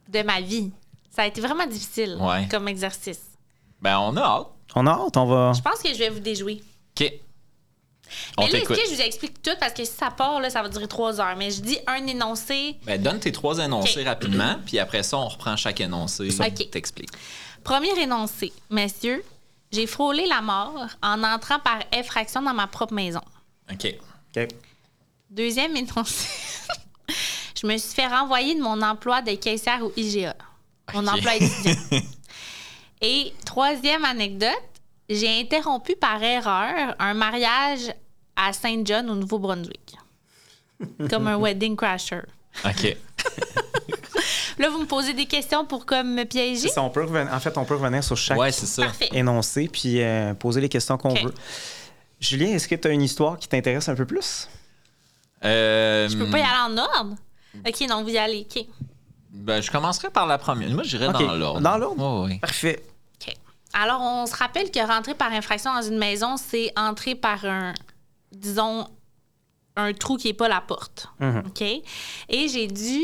de ma vie. Ça a été vraiment difficile Ouais. comme exercice. Ben, on a hâte. On a hâte, on va. Je pense que je vais vous déjouer. OK. On mais là, est-ce t'écoute. que je vous explique tout parce que si ça part, là, ça va durer trois heures. Mais je dis un énoncé. Ben, donne tes trois énoncés OK. rapidement, puis après ça, on reprend chaque énoncé. OK. T'expliques. Premier énoncé. Messieurs, j'ai frôlé la mort en entrant par effraction dans ma propre maison. OK. OK. Deuxième énoncé. je me suis fait renvoyer de mon emploi de caissière au IGA. Mon Ok. emploi étudiant. Et troisième anecdote, j'ai interrompu par erreur un mariage à Saint John au Nouveau-Brunswick. comme un wedding crasher. OK. Là, vous me posez des questions pour comme me piéger. C'est ça, on peut revenir- En fait, on peut revenir sur chaque Ouais, c'est ça. Parfait. énoncé puis euh, poser les questions qu'on OK. veut. Julien, est-ce que tu as une histoire qui t'intéresse un peu plus? Euh, Je peux pas y aller en ordre. OK, donc vous y allez. OK. ben, je commencerai par la première. Moi, j'irai OK. dans l'ordre. Dans l'ordre? Ouais, ouais. Parfait. OK. Alors, on se rappelle que rentrer par infraction dans une maison, c'est entrer par un, disons, un trou qui n'est pas la porte. Mhm. OK? Et j'ai dû,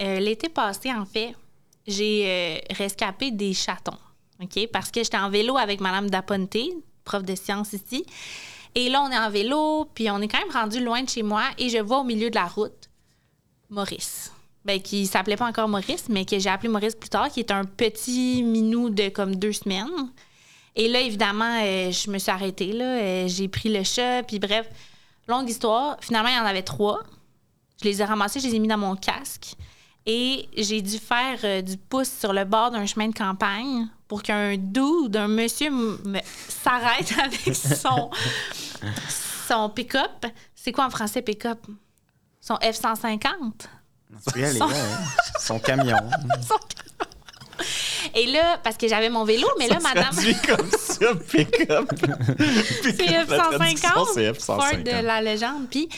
euh, l'été passé, en fait, j'ai euh, rescapé des chatons. OK? Parce que j'étais en vélo avec Madame Daponte, prof de sciences ici. Et là, on est en vélo, puis on est quand même rendu loin de chez moi, et je vois au milieu de la route Maurice. Ben, qui s'appelait pas encore Maurice, mais que j'ai appelé Maurice plus tard, qui est un petit minou de comme deux semaines. Et là, évidemment, euh, je me suis arrêtée. Là, Euh, j'ai pris le chat, puis bref, longue histoire. Finalement, il y en avait trois. Je les ai ramassés, je les ai mis dans mon casque. Et j'ai dû faire euh, du pouce sur le bord d'un chemin de campagne pour qu'un doux d'un monsieur m- me- s'arrête avec son, son pick-up. C'est quoi en français pick-up? Son F-150? Tu peux y aller, là, hein? Son camion. Et là, parce que j'avais mon vélo, mais là, Ça se madame. traduit comme ça, pick-up. C'est Pick-up, la traduction, F-150. c'est Ford F-150. de la légende. Puis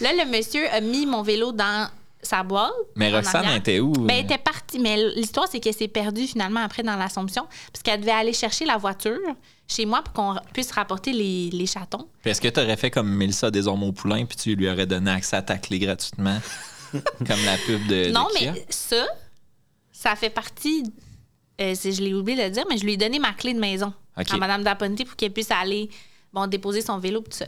là, le monsieur a mis mon vélo dans sa boîte. Mais en Roxane arrière. était où? euh, Ben, elle était partie partie. Mais l'histoire, c'est qu'elle s'est perdue finalement après dans l'Assomption, parce qu'elle devait aller chercher la voiture chez moi pour qu'on puisse rapporter les, les chatons. Puis Est-ce que tu aurais fait comme Mélissa Desormeaux Poulain puis tu lui aurais donné accès à ta clé gratuitement comme la pub de de hein? non, Kia? mais ça, ça fait partie. euh, c'est- je l'ai oublié de le dire, mais je lui ai donné ma clé de maison OK. à Mme Daponti pour qu'elle puisse aller bon, déposer son vélo et tout ça.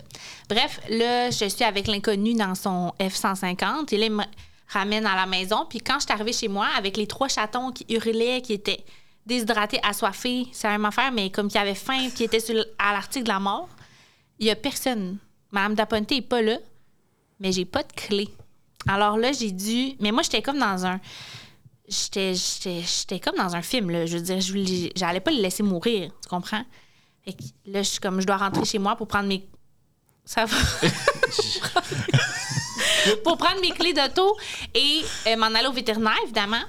Bref, là, je suis avec l'inconnu dans son F-150. Et là, il me ramène à la maison. Puis quand je suis arrivée chez moi, avec les trois chatons qui hurlaient, qui étaient déshydratés, assoiffés, c'est la même affaire, mais comme qui avaient faim, qui étaient sur, à l'article de la mort, il n'y a personne. Mme Daponte n'est pas là, mais j'ai pas de clé. Alors là, j'ai dû. Mais moi, j'étais comme dans un. J'étais, j'étais, j'étais comme dans un film, là. Je veux dire, je voulais- j'allais pas le laisser mourir, tu comprends? Fait que là, je suis comme, je dois rentrer chez moi pour prendre mes. Ça va. pour prendre mes clés d'auto et euh, m'en aller au vétérinaire, évidemment.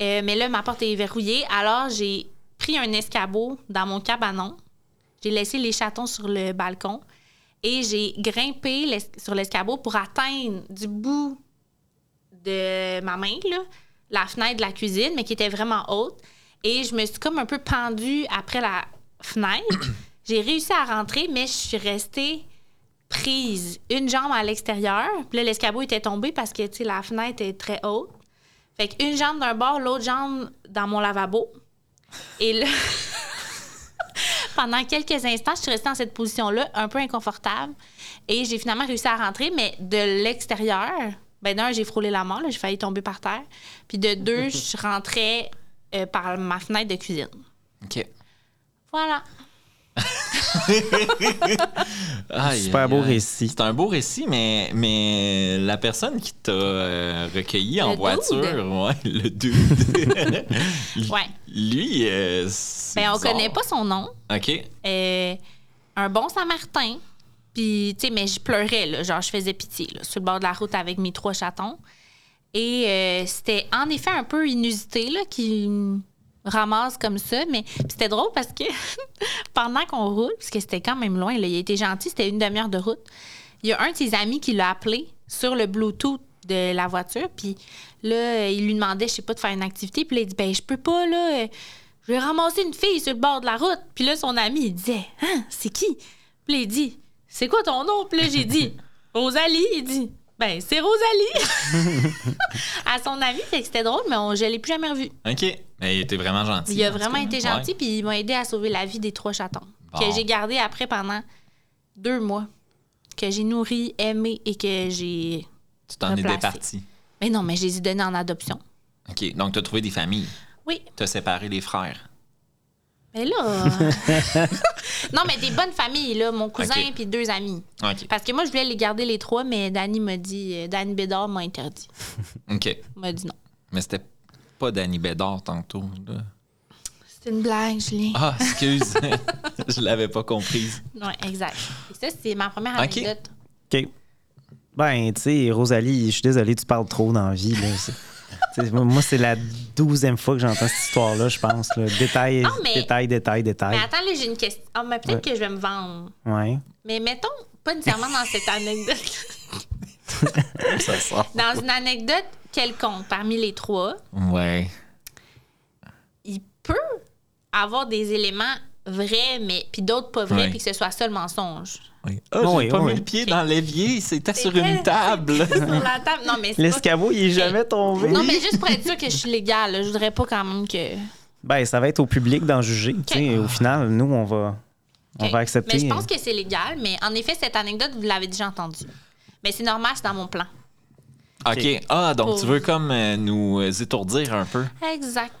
Euh, mais là, ma porte est verrouillée. Alors, j'ai pris un escabeau dans mon cabanon. J'ai laissé les chatons sur le balcon et j'ai grimpé l'es- sur l'escabeau pour atteindre du bout de ma main, là, la fenêtre de la cuisine, mais qui était vraiment haute. Et je me suis comme un peu pendue après la fenêtre. J'ai réussi à rentrer, mais je suis restée prise, une jambe à l'extérieur. Puis là, l'escabeau était tombé parce que, tu sais, la fenêtre est très haute. Fait qu'une jambe d'un bord, l'autre jambe dans mon lavabo. Et là, pendant quelques instants, je suis restée dans cette position-là, un peu inconfortable. Et j'ai finalement réussi à rentrer, mais de l'extérieur, ben d'un, j'ai frôlé la mort, là, j'ai failli tomber par terre. Puis de deux, je rentrais euh, par ma fenêtre de cuisine. OK. Voilà. Aïe, Super aïe, beau aïe. récit. C'est un beau récit, mais, mais la personne qui t'a euh, recueilli en Le voiture, dude. ouais, le dude, lui- Ouais. lui, euh, c'est Ben, on bizarre. connaît pas son nom. OK. Euh, un bon Saint-Martin. Puis, tu sais, mais je pleurais, là, genre, je faisais pitié, là, sur le bord de la route avec mes trois chatons. Et euh, c'était en effet un peu inusité, là, qui ramasse comme ça. Mais puis c'était drôle parce que pendant qu'on roule, parce que c'était quand même loin, là, il était gentil, c'était une demi-heure de route. Il y a un de ses amis qui l'a appelé sur le Bluetooth de la voiture. Puis là, euh, il lui demandait, je sais pas, de faire une activité. Puis là, il dit, ben, je peux pas, là. euh, Je vais ramasser une fille sur le bord de la route. Puis là, son ami, il disait, hein, c'est qui? Puis là, il dit, c'est quoi ton nom? Puis là, j'ai dit, Rosalie. Il dit, ben, c'est Rosalie. à son ami, fait que c'était drôle, mais on, je l'ai plus jamais revu. OK. Mais il était vraiment gentil. Il a en tout vraiment cas. été Ouais. gentil, puis il m'a aidé à sauver la vie des trois chatons. Bon. Que j'ai gardé après pendant deux mois. Que j'ai nourri, aimé et que j'ai. Tu t'en es Replacé. départi. Mais non, mais je les ai donnés en adoption. OK. Donc, tu as trouvé des familles. Oui. Tu as séparé les frères. Mais là. non, mais des bonnes familles, là. Mon cousin Ok. puis deux amis. OK. Parce que moi, je voulais les garder les trois, mais Dani m'a dit. euh, Dani Bédard m'a interdit. OK. m'a dit non. Mais c'était pas Danny Bédard tantôt. là. C'est une blague, Julien. Ah, excuse. Je l'avais pas comprise. Oui, exact. Et ça, c'est ma première Ok. anecdote. OK. Ben, tu sais, Rosalie, je suis désolé, tu parles trop dans la vie. là. C'est- tu sais, moi, c'est la douzième fois que j'entends cette histoire-là, je pense. là. Détail, Non, mais- détail, détail, détail. Mais attends, là, j'ai une question. Ah, mais peut-être que je vais me vendre. Ouais. Mais mettons, pas nécessairement dans cette anecdote. Ça sort. dans une anecdote quelconque parmi les trois, Ouais. il peut avoir des éléments vrais, mais puis d'autres pas vrais, Ouais. puis que ce soit ça le mensonge. Oui. Ah, Oh, j'ai oui, pas oh, mis oui. le pied dans l'évier, c'était sur C'était- une table. Sur la table. Non, mais c'est pas... L'escabeau, il est jamais tombé. Non, mais juste pour être sûr que je suis légale, là, je voudrais pas quand même que. Ben, ça va être au public d'en juger. tu sais. Au final, nous, on va, on Ok. va accepter. hein. Mais je pense que c'est légal, mais en effet, cette anecdote, vous l'avez déjà entendue. Mais c'est normal, c'est dans mon plan. OK. Ah, donc Pour- tu veux comme euh, nous euh, étourdir un peu. Exactement.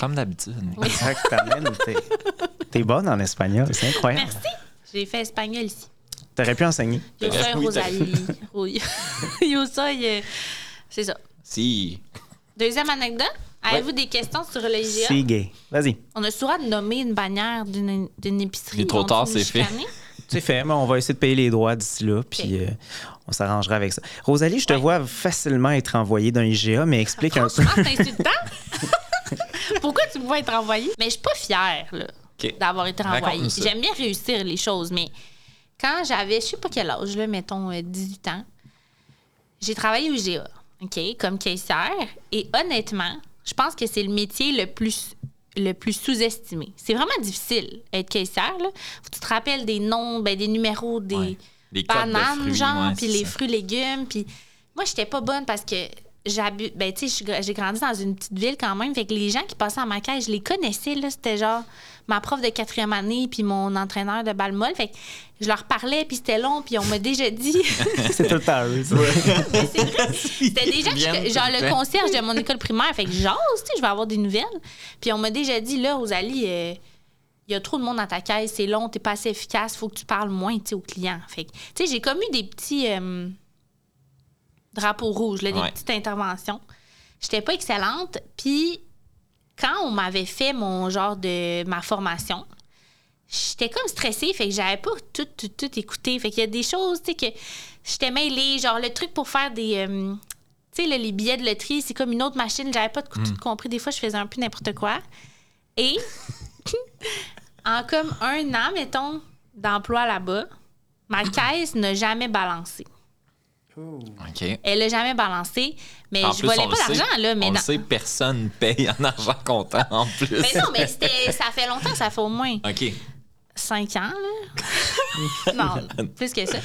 Comme d'habitude. Exactement. T'es- T'es bonne en espagnol, c'est incroyable. Merci. J'ai fait espagnol ici. T'aurais pu enseigner. Yo Bref, soy oui, t'as- Rosalie. Oui. Yo soy, euh, C'est ça. Si. Deuxième anecdote. Avez-vous des questions sur le IGA? C'est gay. Vas-y. On a souvent nommé une bannière d'une d'une épicerie. Il est trop Vont-ils tard, nous c'est fait. chicaner? C'est fait, mais on va essayer de payer les droits d'ici là, puis euh, on s'arrangera avec ça. Rosalie, je te Ouais. vois facilement être envoyée d'un IGA, mais explique un peu. Franchement, c'est insultant. Pourquoi tu pouvais être envoyé? Mais je suis pas fière là, OK. d'avoir été renvoyée. Raconte-nous ça. J'aime bien réussir les choses, mais quand j'avais, je sais pas quel âge, là, mettons euh, 18 ans, j'ai travaillé au IGA, OK, comme caissière. Et honnêtement, je pense que c'est le métier le plus le plus sous-estimé. C'est vraiment difficile être caissière. Là. Faut que tu te rappelles des noms, ben, des numéros, des Ouais. Les codes de bananes, fruits, genre, ouais, puis c'est les ça. fruits, légumes. Puis moi, j'étais pas bonne parce que j'abu... ben, tu sais, je- j'ai grandi dans une petite ville quand même. Fait que les gens qui passaient à ma caisse, je les connaissais. Là, c'était genre ma prof de quatrième année puis mon entraîneur de balle molle. Fait que je leur parlais, puis c'était long, puis on m'a déjà dit... C'est tout le temps eux, ça. Mais c'est vrai. C'était déjà Ils viennent genre tout le le temps. concierge de mon école primaire. Fait que j'ose, tu sais, je vais avoir des nouvelles. Puis on m'a déjà dit, là, Rosalie, euh, il y a trop de monde dans ta caisse, c'est long, t'es pas assez efficace, faut que tu parles moins, tu sais, aux clients. Fait que, tu sais, j'ai comme eu des petits euh, drapeaux rouges, là, des Ouais. petites interventions. J'étais pas excellente. Puis quand on m'avait fait mon genre de ma formation, j'étais comme stressée, fait que j'avais pas tout, tout, tout écouté. Fait qu'il y a des choses, tu sais, que j'étais mêlée. Genre, le truc pour faire des. euh, tu sais, là, les billets de loterie, c'est comme une autre machine. J'avais pas tout compris. Des fois, je faisais un peu n'importe quoi. Et en comme un an, mettons, d'emploi là-bas, ma caisse n'a jamais balancé. OK. Elle n'a jamais balancé, mais En je plus, volais on le pas sait. d'argent, là. Mais on non. le sait, personne paye en argent comptant en plus. Mais non, mais c'était- ça fait longtemps, ça fait au moins OK. 5 ans, là. non, plus que ça.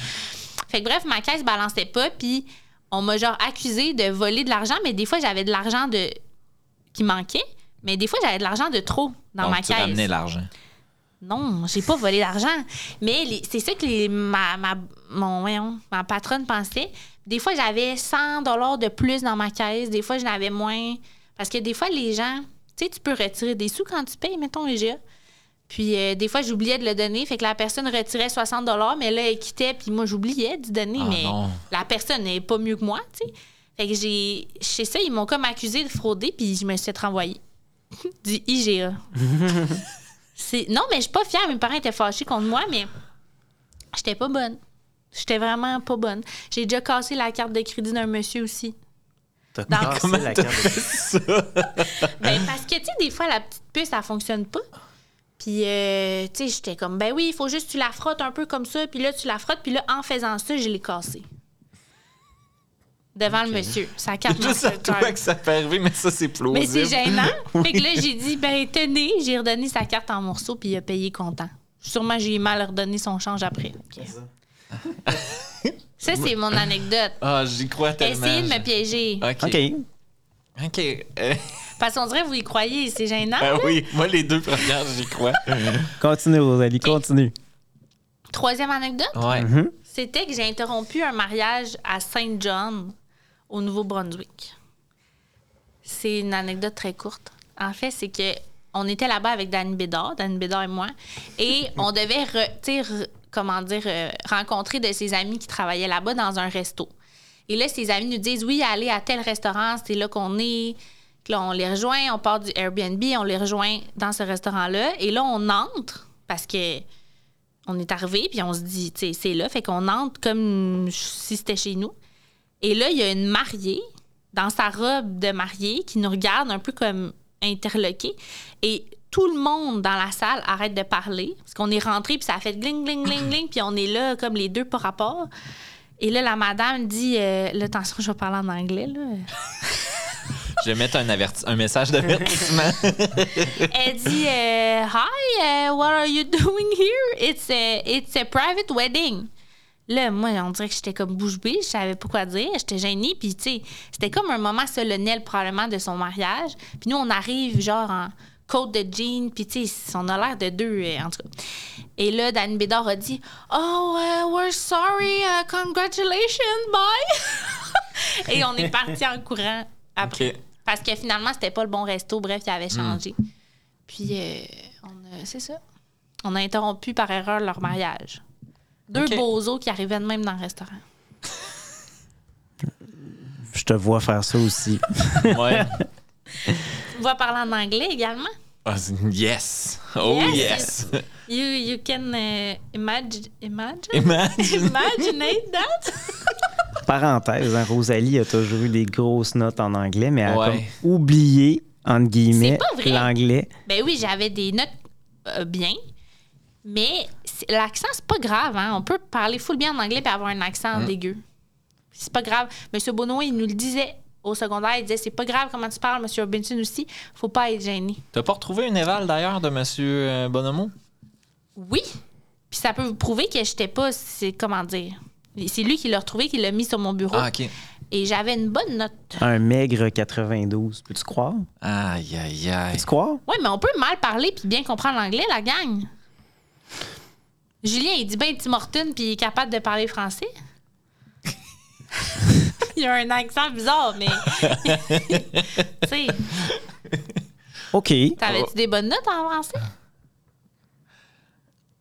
Fait que bref, ma caisse balançait pas, puis on m'a genre accusé de voler de l'argent, mais des fois, j'avais de l'argent de qui manquait, mais des fois, j'avais de l'argent de trop dans Donc, ma tu caisse. ramenais l'argent. Non, j'ai pas volé d'argent. Mais les- c'est ça que les- ma, ma, mon, voyons, ma patronne pensait. Des fois, j'avais 100 dollars de plus dans ma caisse. Des fois, j'en avais moins. Parce que des fois, les gens, tu sais, tu peux retirer des sous quand tu payes, mettons, IGA. Puis euh, des fois, j'oubliais de le donner. Fait que la personne retirait 60 dollars, mais là, elle quittait. Puis moi, j'oubliais de donner. Ah, mais non. la personne n'est pas mieux que moi, tu sais. Fait que j'ai... Chez ça, ils m'ont comme accusé de frauder. Puis je me suis fait renvoyer du IGA. C'est- Non, mais je suis pas fière. Mes parents étaient fâchés contre moi, mais j'étais pas bonne. J'étais vraiment pas bonne. J'ai déjà cassé la carte de crédit d'un monsieur aussi. T'as Dans- cassé Comment la t'as carte. Hein? Ben, parce que, tu sais, des fois, la petite puce, elle fonctionne pas. Puis, euh, tu sais, j'étais comme, ben oui, il faut juste que tu la frottes un peu comme ça. Puis là, tu la frottes. Puis là, en faisant ça, je l'ai cassée. Devant le monsieur. Sa carte Juste à toi Mastercard. que ça peut arriver, mais ça, c'est plausible. Mais c'est gênant. Fait que là, j'ai dit, ben tenez, j'ai redonné sa carte en morceaux, puis il a payé content. Sûrement, j'ai mal redonné son change après. Fait que- Ça, c'est mon anecdote. Ah, j'y crois tellement. Essayez de me piéger. OK. OK. OK. Euh, Parce qu'on dirait, vous y croyez, c'est gênant. ben oui, moi, les deux premières, j'y crois. Continue, Rosalie, continue. Troisième anecdote, Ouais. c'était que j'ai interrompu un mariage à Saint John, au Nouveau-Brunswick. C'est une anecdote très courte. En fait, c'est que on était là-bas avec Danny Bédard, Danny Bédard et moi, et on devait, re- tu sais, re- comment dire, euh, rencontrer de ses amis qui travaillaient là-bas dans un resto. Et là, ses amis nous disent, oui, allez à tel restaurant, c'est là qu'on est. Que Là, on les rejoint, on part du Airbnb, on les rejoint dans ce restaurant-là. Et là, on entre parce que on est arrivé, puis on se dit, tu sais, c'est là. Fait qu'on entre comme si c'était chez nous. Et là, il y a une mariée dans sa robe de mariée qui nous regarde un peu comme interloquée. Et tout le monde dans la salle arrête de parler parce qu'on est rentré, puis ça a fait gling, gling, gling, gling, puis on est là comme les deux par rapport. Et là, la madame dit, euh, là, attention, je vais parler en anglais, là. Je vais mettre un, averti- un message d'avertissement. Elle dit euh, Hi, uh, what are you doing here? It's a, it's a private wedding. Là, moi, on dirait que j'étais comme bouche bée, je savais pas quoi dire, j'étais gênée, puis tu sais, c'était comme un moment solennel probablement de son mariage. Puis nous, on arrive genre en côte de jean, puis tu sais, on a l'air de deux, euh, en tout cas. Et là, Dan Bédard a dit Oh, uh, we're sorry, uh, congratulations, bye! Et on est parti en courant après. Ok. Parce que finalement, c'était pas le bon resto, bref, il avait changé. Puis, euh, on a- c'est ça. On a interrompu par erreur leur mariage. Deux Ok. bozos qui arrivaient de même dans le restaurant. Je te vois faire ça aussi. ouais. On va parler en anglais également. Ah, c'est- yes. Oh, yes. Yes. You, you can euh, imagine, imagine, Imagine. imagine that. Parenthèse, hein, Rosalie a toujours eu des grosses notes en anglais, mais elle a Ouais. comme oublié, entre guillemets, C'est pas vrai. l'anglais. Ben oui, j'avais des notes euh, bien, mais c'est- l'accent, c'est pas grave. Hein? On peut Mm. parler full bien en anglais et avoir un accent dégueu. C'est pas grave. Monsieur Bono, il nous le disait. au secondaire, il disait c'est pas grave comment tu parles, monsieur Benson aussi, faut pas être gêné. T'as pas retrouvé une éval d'ailleurs de Monsieur euh, Bonomo? Oui. Puis ça peut vous prouver que j'étais pas, c'est comment dire. C'est lui qui l'a retrouvé, qui l'a mis sur mon bureau. Ah, OK. Et j'avais une bonne note. Un maigre 92. Peux-tu croire? Aïe, aïe, aïe. Peux-tu croire? Oui, mais on peut mal parler puis bien comprendre l'anglais, la gang. Julien, il dit bien Tim Horton puis il est capable de parler français. il a un accent bizarre, mais. tu sais, OK. Et t'avais-tu des bonnes notes en français?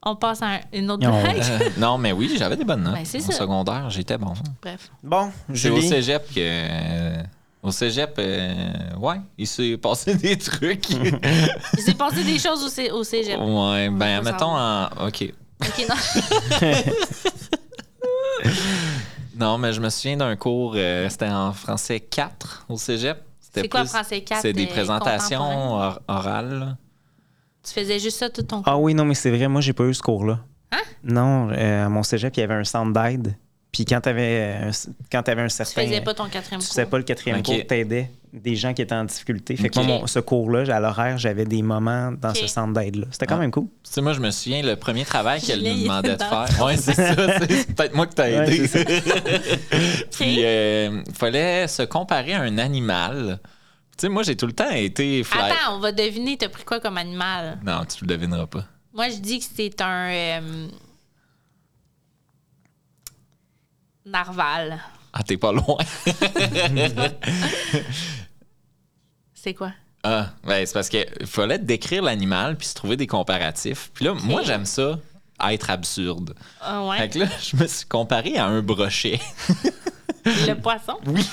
On passe à un- une autre Non. blague. Euh, non, mais oui, j'avais des bonnes notes. Ben, c'est Au ça. secondaire, j'étais bon. Bref. Bon, C'est au Julie. cégep que. euh, au cégep, euh, ouais, il s'est passé des trucs. Il s'est passé des choses au, cé- au cégep. ouais, ben, faut mettons en. OK. Ok, non. Non, mais je me souviens d'un cours, euh, c'était en français 4 au cégep. C'était C'est quoi, plus- français 4, C'est des euh, présentations contemporain? or- orales. Tu faisais juste ça tout ton cours. Ah oui, non, mais c'est vrai, moi, j'ai pas eu ce cours-là. Hein? Non, euh, à mon cégep, il y avait un centre d'aide. Puis quand t'avais un, quand t'avais un Tu certain. faisais pas ton quatrième tu cours. faisais pas le quatrième Ok. cours, t'aidais des gens qui étaient en difficulté. Fait que Ok. moi, mon- ce cours-là, à l'horaire, j'avais des moments dans Ok. ce centre d'aide-là. C'était quand Ah. même cool. Tu sais, moi, je me souviens, le premier travail qu'elle Julien, nous il demandait de était dans- faire. Ouais, c'est ça. c'est- C'est peut-être moi qui t'ai Ouais, aidé. c'est Puis, il fallait se comparer à un animal. Tu sais, moi, j'ai tout le temps été fly. Attends, on va deviner, t'as pris quoi comme animal? Non, tu le devineras pas. Moi, je dis que c'est un. euh, narval. Ah, t'es pas loin. C'est quoi? Ah, ben, c'est parce qu'il fallait décrire l'animal puis se trouver des comparatifs. Puis là, moi, j'aime ça, être absurde. Ah Fait ouais. que là, je me suis comparé à un brochet. Le poisson? Oui.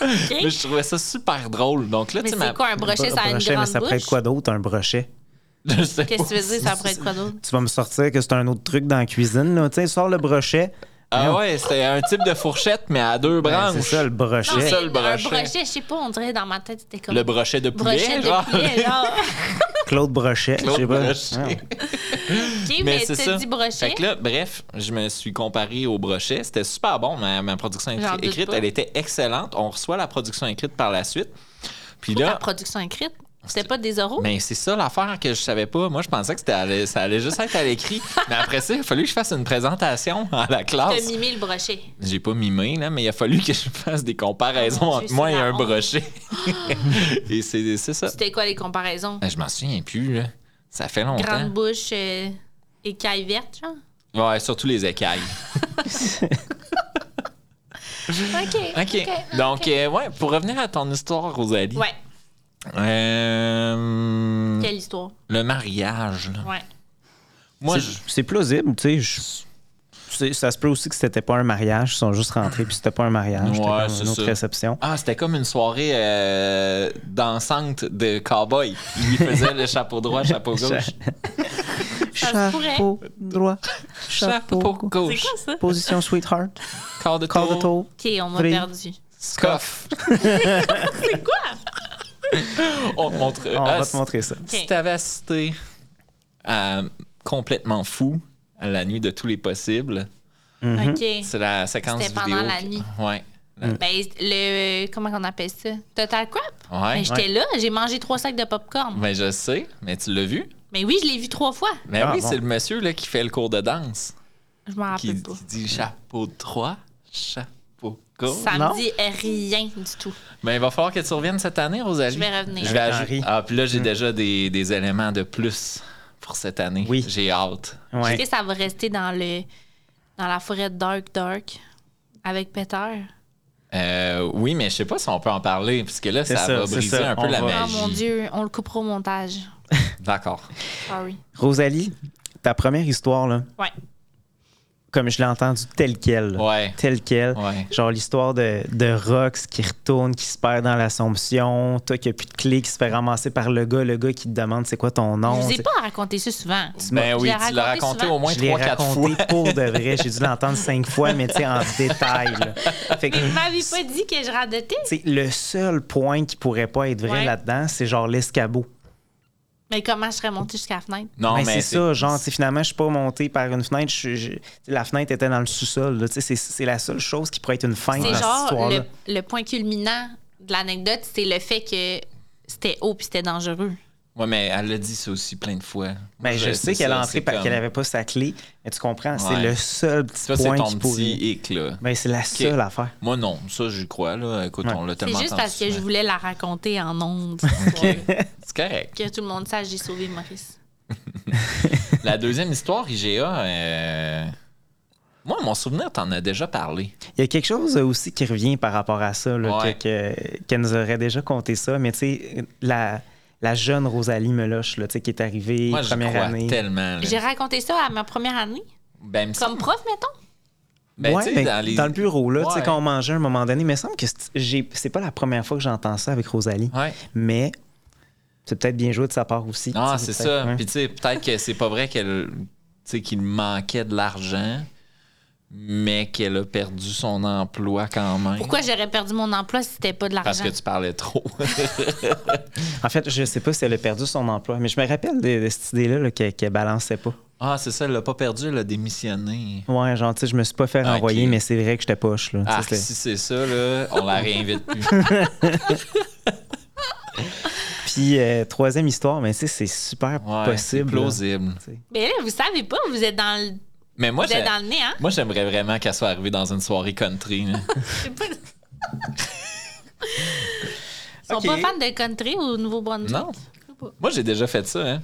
Là, je trouvais ça super drôle. Donc là, tu Mais sais, c'est ma... quoi un brochet? Ça a une brochet, mais grande ça bouche? pourrait être quoi d'autre, un brochet? Je sais Qu'est-ce que tu pas. veux dire? Ça pourrait être quoi d'autre? Tu vas me sortir que c'est un autre truc dans la cuisine, là. Tu sais, sors le brochet. Ah ouais, c'était un type de fourchette, mais à deux Ben, branches. c'est ça, le Non, brochet. ça, mais le un brochet. brochet, je sais pas, on dirait dans ma tête, c'était comme. Le brochet de poulet, brochet genre. de poulet, genre. Claude Brochet. Claude je sais pas. Brochet. Ouais. OK, mais, Mais tu c'est ça. dis brochet. Fait que là, bref, je me suis comparé au brochet. C'était super bon. Ma, ma production écri- J'en doute écrite, pas. elle était excellente. On reçoit la production écrite par la suite. Puis La là, production écrite, c'était pas des oraux? mais c'est ça l'affaire que je savais pas. Moi, je pensais que c'était allé- ça allait juste être à l'écrit. mais après ça, il a fallu que je fasse une présentation à la T'as classe. mimé le brochet. J'ai pas mimé, là, mais il a fallu que je fasse des comparaisons Ah, mon Dieu, entre moi c'est et la un honte. brochet. et c'est c'est ça. C'était quoi les comparaisons? Ben, Je m'en souviens plus, là. Ça fait Grande longtemps. bouche, euh, écailles vertes, genre? Ouais, surtout les écailles. OK. OK. Donc, euh, ouais, pour revenir à ton histoire, Rosalie. Ouais, Mm. Euh, quelle histoire. le mariage, là. Ouais. Moi, C'est- c'est plausible, tu sais. je- c'est- Ça se peut aussi que c'était pas un mariage, ils sont juste rentrés puis c'était pas un mariage, c'était Ouais, comme c'est une autre ça. réception. Ah, c'était comme une soirée euh, dansante de cowboy. Il lui faisait le chapeau droit, chapeau gauche. Ça se pourrait. Chapeau droit, chapeau, Chapeau C'est gauche. quoi ça? position sweetheart, Corps de corps de tour. tour, OK, on m'a Free. perdu. Scoff. C'est quoi? On te montre. on Ah, va te montrer ça. Si t'avais assisté à Complètement fou, à la nuit de tous les possibles, Mm-hmm. OK. c'est la séquence C'était vidéo. pendant la qui- nuit. Ouais. Mm. Ben, le... Comment on appelle ça? Total crap? Ouais. Ben, j'étais là, j'ai mangé trois sacs de popcorn. Ben, je sais, mais tu l'as vu? Mais oui, je l'ai vu trois fois. Mais Ah, oui, bon. c'est le monsieur là, qui fait le cours de danse. Je m'en Qui, rappelle Ah, pas. qui dit chapeau 3, chapeau gauche. Ça Non? me dit rien du tout. Ben, il va falloir que tu reviennes cette année, Rosalie. Je vais revenir. Je vais Avec ajouter- Henri. Mm. Ah, puis là, j'ai déjà des, des éléments de plus pour cette année. Oui. J'ai hâte. Ouais. Est-ce que ça va rester dans le dans la forêt dark dark avec Peter? Euh, oui, mais je sais pas si on peut en parler, puisque là, C'est ça, ça, va c'est briser ça. un peu On la va- Oh magie. mon Dieu, on le coupera au montage. D'accord. Sorry. Rosalie, ta première histoire, là, Ouais. comme je l'ai entendue telle quelle, là, Ouais. telle quelle, Ouais. genre l'histoire de, de Rox qui retourne, qui se perd dans l'Assomption, toi qui a plus de clé, qui se fait ramasser par le gars, le gars qui te demande c'est quoi ton Je nom. vous ai t'sais. pas raconté ça souvent. Ben Je oui, l'ai tu l'as raconté raconté souvent. au moins Je l'ai 3-4 fois. raconté pour de vrai. J'ai dû l'entendre cinq fois, mais tu sais, en détail. là. Fait que, Mais vous m'avez pas dit que je radotais. tu sais, le seul point qui pourrait pas être vrai Ouais. là-dedans, c'est genre l'escabeau. Mais comment je serais montée jusqu'à la fenêtre? Non, Ben, Ah, mais c'est ça, genre, tu sais, finalement, je suis pas monté par une fenêtre. je suis- je- tu sais, la fenêtre était dans le sous-sol. là, tu sais, C'est c'est la seule chose qui pourrait être une feinte C'est dans cette genre histoire-là. le, le point culminant de l'anecdote, c'est le fait que c'était haut puis c'était dangereux. Ouais, mais elle l'a dit ça aussi plein de fois. Ben, je, sais qu'elle est entrée parce qu'elle n'avait pas sa clé, mais tu comprends, c'est Ouais. le seul petit Ça, c'est point ton qui pourrait. petit hic, là. Ben, c'est la seule affaire. Moi, non. Ça, j'y crois, là. Écoute, Ouais. on l'a C'est tellement juste parce que entendu je souvent. voulais la raconter en ondes. cette histoire-là. C'est correct. que tout le monde sache, j'ai sauvé Maurice. La deuxième histoire, IGA, euh, moi, mon souvenir, t'en as déjà parlé. Il y a quelque chose aussi qui revient par rapport à ça, là, Ouais. que- que- qu'elle nous aurait déjà conté ça, mais tu sais, la, la jeune Rosalie Meloche, là, tu sais, qui est arrivée Moi, je première crois année. tellement. là. J'ai raconté ça à ma première année, Ben, me comme semble- prof, mettons. ben, Ouais, tu sais, ben, dans, les- le bureau, là, tu sais, Ouais. quand on mangeait à un moment donné, mais il me semble que c'est- j'ai- c'est pas la première fois que j'entends ça avec Rosalie, Ouais. mais c'est peut-être bien joué de sa part aussi. Ah, tu sais, c'est peut-être, hein. ça. ouais. Puis, tu sais, peut-être que c'est pas vrai qu'elle, tu sais, qu'il manquait de l'argent, mais qu'elle a perdu son emploi quand même. Pourquoi j'aurais perdu mon emploi si c'était pas de Parce l'argent? que tu parlais trop. En fait, je sais pas si elle a perdu son emploi, mais je me rappelle de, de cette idée-là là, qu'elle qu'elle balançait pas. ah, c'est ça, elle l'a pas perdu, elle a démissionné. Ouais, genre, tu sais, je me suis pas fait Ah, renvoyer, ok. mais c'est vrai que j'étais poche, là. Tu sais, Ah, c'était- si c'est ça, là, on la réinvite plus. Puis, euh, troisième histoire, mais tu sais, c'est super Ouais, c'est possible. là. plausible. Mais là, vous savez pas, vous êtes dans le, Mais moi, vous êtes j'ai- dans le nez, hein? moi, j'aimerais vraiment qu'elle soit arrivée dans une soirée country. là. C'est pas- Ils sont Ok. pas fans de country au Nouveau-Brunswick? Non. Je sais pas. Moi, j'ai déjà fait ça, hein.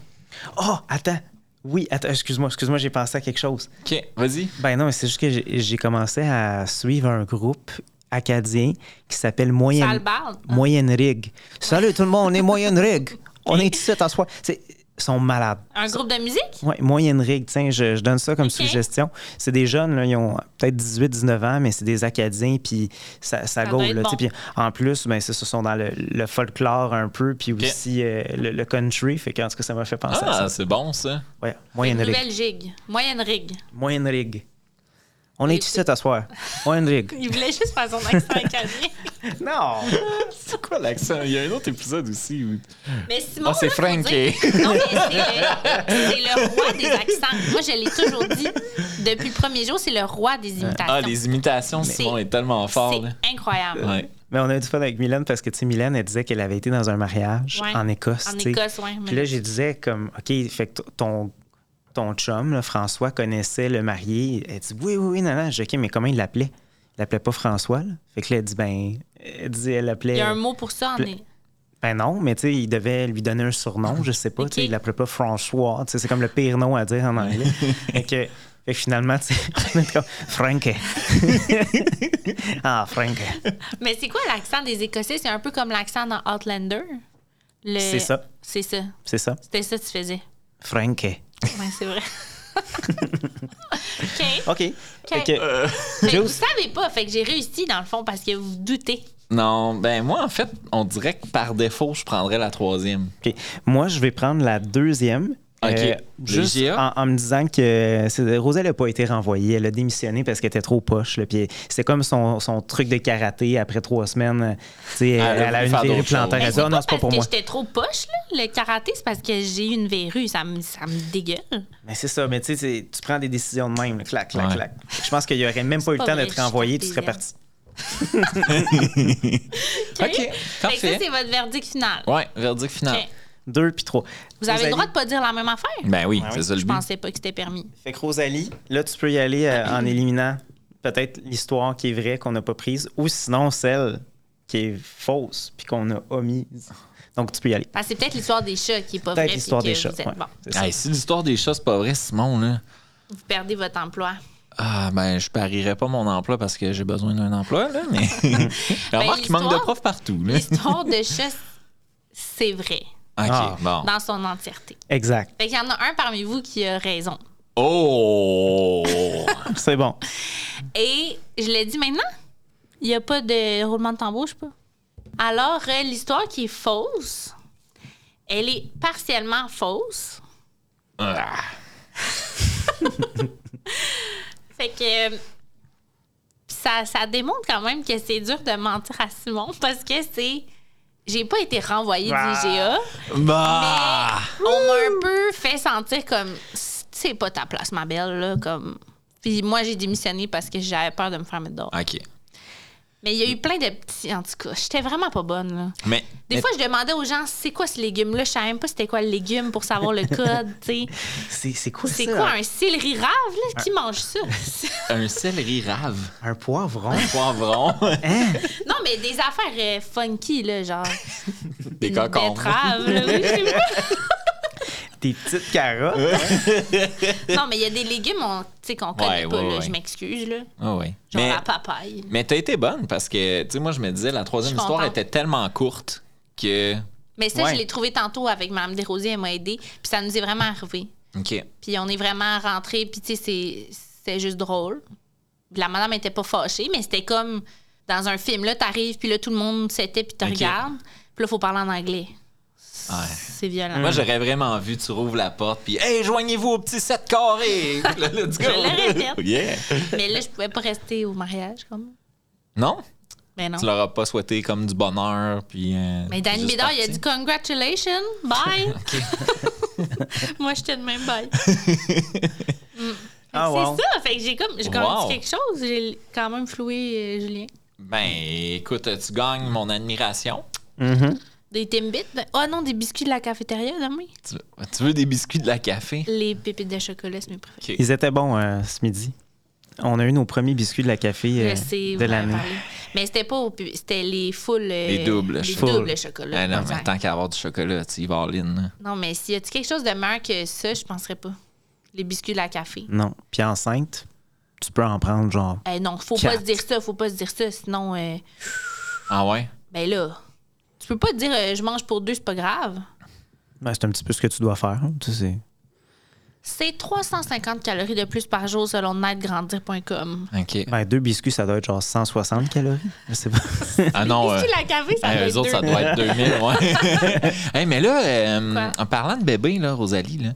Oh, attends. Oui, attends, excuse-moi, excuse-moi, j'ai pensé à quelque chose. OK, vas-y. Ben non, mais c'est juste que j'ai- j'ai commencé à suivre un groupe acadien qui s'appelle Moyenne, Svalbard. Moyenne Rig. Salut tout le monde, on est Moyenne Rig. On est ici à soir. C'est- Ils sont malades. Un groupe de musique? Oui, moyenne rigue, tiens, je, je donne ça comme Ok. suggestion. C'est des jeunes, là, ils ont peut-être 18-19 ans, mais c'est des Acadiens, puis ça, ça, Ça gaule, doit être là, tu sais. bon. Puis en plus, ben, c'est ça, ils sont dans le, le folklore un peu, puis aussi euh, le, le country, fait qu'en tout cas, ça m'a fait penser Ah, à ça. c'est bon, ça. Ouais, moyenne rigue. Nouvelle gigue. Moyenne rig. Moyenne rigue. On est Et- ici à soir. Moyenne rigue. Il voulait juste faire son accent acadien. non! C'est quoi l'accent? Il y a un autre épisode aussi. où- Mais Simon, Ah, c'est là, faut dire- Frankie. Non, mais c'est le, c'est le roi des accents. Moi, je l'ai toujours dit depuis le premier jour, c'est le roi des imitations. Ah, les imitations, C'est- Simon est tellement fort. là. C'est incroyable. Ouais. Mais on a eu du fun avec Mylène parce que, tu sais, Mylène, elle disait qu'elle avait été dans un mariage Ouais. en Écosse. En tu sais. Écosse, oui. Puis là, j'ai disais comme, OK, fait que t- ton, ton chum, là, François, connaissait le marié. Elle dit, oui, oui, oui, non, non. Je dis, OK, mais comment il l'appelait? Il l'appelait pas François, là. Fait que là, elle dit, ben, elle dit, elle l'appelait. Il y a un mot pour ça. En... é- Ben non, mais tu sais, il devait lui donner un surnom, je sais pas. Tu sais, OK. il l'appelait pas François. Tu sais, c'est comme le pire nom à dire en anglais. fait, que, fait que finalement, tu sais, on est comme, Frank. ah, Frank. Mais c'est quoi l'accent des Écossais? C'est un peu comme l'accent dans Outlander. Le- C'est ça. C'est ça. C'est ça. C'était ça que tu faisais. Frank. Oui, c'est vrai. OK. OK. Fait que- Euh. Fait que vous Juice. savez pas, fait que j'ai réussi dans le fond parce que vous doutez. Non, ben moi, en fait, on dirait que par défaut, je prendrais la troisième. OK. Moi, je vais prendre la deuxième. OK. Euh, Le juste en, GA? en me disant que c'est- Roselle n'a pas été renvoyée. Elle a démissionné parce qu'elle était trop poche. là. Puis c'est comme son, son truc de karaté après trois semaines. euh, tu sais, Elle, Ah, a elle a voulu une faire virée d'autres plantaire. choses. Elle dit c'est Oh non, c'est pas parce pour que moi. j'étais trop poche, là. Le karaté, c'est parce que j'ai eu une verrue. Ça me, ça me dégueule. Mais c'est ça. Mais tu sais, c'est- tu prends des décisions de même. là. Clac, clac, Ouais. clac. Je pense qu'il n'y aurait même pas eu le pas temps vrai, de te je suis renvoyer. Tu serais parti. cartésienne. OK, Fait que Ben, ça, parfait. c'est votre verdict final. Ouais, verdict final. Ok. Deux puis trois. Vous avez Rosalie- le droit de pas dire la même affaire? Ben oui, Ah c'est oui. ça le Je but. pensais pas que c'était permis. Fait que Rosalie, là, tu peux y aller euh, en éliminant peut-être l'histoire qui est vraie, qu'on n'a pas prise, ou sinon celle qui est fausse, puis qu'on a omise. Donc, tu peux y aller. Parce que c'est peut-être l'histoire des chats qui est pas vraie. Peut-être puis l'histoire que des chats. Vous, êtes- ouais, bon, c'est ça. Hey, si l'histoire des chats, c'est pas vrai, Simon, là. vous perdez votre emploi. Ah, ben, je parierais pas mon emploi parce que j'ai besoin d'un emploi, là, mais. la Ben, remarque qu'il manque de l'histoire- profs partout, là. L'histoire de chats, c'est vrai OK, Ah. bon. dans son entièreté. Exact. Fait qu'il y en a un parmi vous qui a raison. Oh! C'est bon. Et je l'ai dit maintenant, il n'y a pas de roulement de tambour, je sais pas. Alors, euh, l'histoire qui est fausse, elle est partiellement fausse. Ah. Fait que euh, ça, ça démontre quand même que c'est dur de mentir à Simon parce que c'est. J'ai pas été renvoyée Ah. du IGA. Bah! On m'a un peu fait sentir comme c'est pas ta place, ma belle, là. Comme. Puis moi, j'ai démissionné parce que j'avais peur de me faire mettre dehors. OK. Mais il y a eu plein de petits. En tout cas, j'étais vraiment pas bonne. Là. Mais, Des mais- fois, je demandais aux gens c'est quoi ce légume-là. Je savais même pas c'était quoi le légume pour savoir le code. tu sais. C'est c'est quoi C'est ça? quoi un céleri rave? Là? Qui mange ça? un céleri rave, Un poivron? un poivron, non, mais des affaires euh, funky, là, genre. des une cocombes. betterave, là, oui, je sais pas. Tes petites carottes? non, mais il y a des légumes on- tu sais, qu'on Ouais, connaît pas. ouais, là, ouais. Je m'excuse. là. Ah oui. Genre Mais- la papaye. Mais t'as été bonne parce que, tu sais, moi, je me disais, la troisième Je suis histoire contente. était tellement courte que. Mais ça, Ouais. je l'ai trouvé tantôt avec Mme Desrosiers. Elle m'a aidé. Puis ça nous est vraiment arrivé. OK. Puis on est vraiment rentrés, puis tu sais, c'est- c'est juste drôle. Puis La madame était pas fâchée, mais c'était comme dans un film. Là, t'arrives, puis là, tout le monde s'était, puis te Ok. regarde. Puis là, faut parler en anglais. Ouais. C'est violent. Moi, j'aurais vraiment vu, tu rouvres la porte, puis Hey, joignez-vous au petit 7 carré! Là, let's go! Je le répète. Yeah. mais là, je pouvais pas rester au mariage, comme. Non? Mais non. Tu leur as pas souhaité comme du bonheur, puis. euh, Mais t'es Danny juste Bédard, il a parti. dit Congratulations, bye. Moi, j'étais de même bye. Mm. Fait que Ah, wow. C'est ça, fait que j'ai comme, j'ai comme Wow. dit quelque chose. J'ai quand même floué euh, Julien. Ben, écoute, tu gagnes mon admiration. Mhm. Des Timbits. ben- Oh non, des biscuits de la cafétéria, non mais. Tu, tu veux des biscuits de la café? Les pépites de chocolat, c'est mes préférés. Ils étaient bons euh, ce midi. On a eu nos premiers biscuits de la café euh, Je de sais, vous en avez l'année. parlé. Mais c'était pas au pub- c'était les full. euh, Les doubles, Les je- doubles chocolat. Ah non, mais Ouais. tant qu'à avoir du chocolat, tu y vas en ligne. Non, mais s'il y a-tu quelque chose de meilleur que ça, je penserais pas. Les biscuits de la café. Non. Puis enceinte, tu peux en prendre genre. Eh non, faut Quatre. pas se dire ça, faut pas se dire ça, sinon, euh, Ah ouais? ben là, tu peux pas te dire euh, je mange pour deux, c'est pas grave. Ben, c'est un petit peu ce que tu dois faire. hein, tu sais. C'est 350 calories de plus par jour selon naîtregrandir.com. OK. Ben, deux biscuits, ça doit être genre 160 calories. Je sais pas. Ah non. euh, Biscuits de la café, ça Hey, eux doit être autres, deux. ça doit être 2000, ouais. Hey, mais là, euh, Quoi? en parlant de bébé, là, Rosalie, là,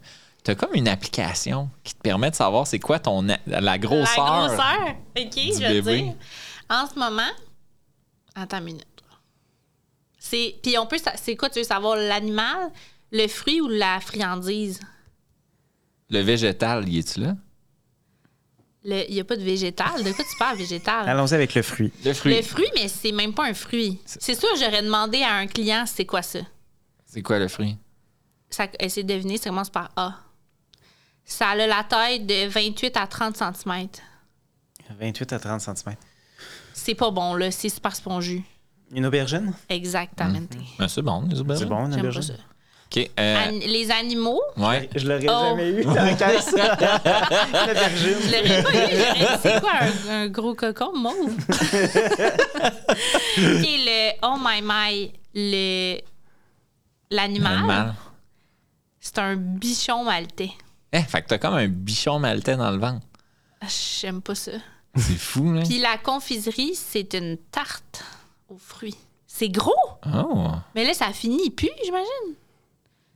t'as comme une application qui te permet de savoir c'est quoi ton a- la grosseur. La grosseur. OK, je vais bébé. dire. En ce moment, attends une minute. C'est puis on peut sa- c'est quoi tu veux savoir l'animal, le fruit ou la friandise Le végétal, y est-tu là? Le- Il n'y a pas de végétal. De quoi tu parles, végétal? Allons-y avec le fruit. Le Le Ah fruit. fruit, mais c'est même pas un fruit. C'est sûr, j'aurais demandé à un client c'est quoi ça. C'est quoi le fruit? ça essayer de deviner, ça commence par A. Ça a la taille de 28 à 30 cm. 28 à 30 cm. C'est pas bon, là. C'est super spongieux. Une aubergine? Exactement. Ben, c'est bon, les aubergines. C'est bon, une J'aime pas aubergine? ça. OK. euh, An- les animaux, ouais. Je l'aurais Oh. jamais eu. Tant qu'à ça. Je L'aubergine. l'aurais pas eu. J'aurais dit, c'est quoi un, un gros cocon mauve? Et le oh my my, le l'animal, L'animal. c'est un bichon maltais. Eh, fait que t'as comme un bichon maltais dans le ventre. Ah, J'aime pas ça. C'est fou, là. Puis la confiserie, c'est une tarte aux fruits. C'est gros, Oh. mais là, ça finit plus, j'imagine.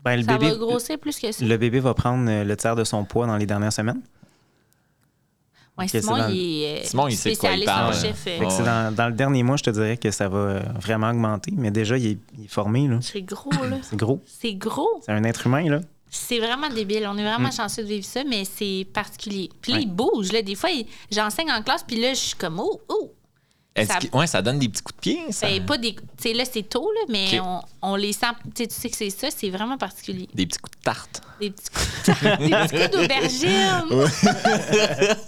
Ben, le, Ça bébé, va grossir plus que ça. le bébé va prendre euh, le tiers de son poids dans les dernières semaines. Ouais, c'est Simon, dans le- il est euh, Simon, il sait de quoi il spécialiste parle. en chef. euh, Fait que c'est ouais. dans, dans le dernier mois, je te dirais que ça va euh, vraiment augmenter. Mais déjà, il est, il est formé. là. C'est gros, là. C'est gros. C'est gros. C'est un être humain. là. C'est vraiment débile. On est vraiment Mm. chanceux de vivre ça, mais c'est particulier. Puis là, ils bougent. Là. Des fois, ils- j'enseigne en classe, puis là, je suis comme, oh, oh. Est-ce Ça- qu'il- Ouais, ça donne des petits coups de pied, ça. Ben, pas des... Tu sais, là, c'est tôt, là, mais Ok. on, on les sent. Tu sais, tu sais que c'est ça, c'est vraiment particulier. Des petits coups de tarte. Des petits coups de- des petits coups d'aubergine.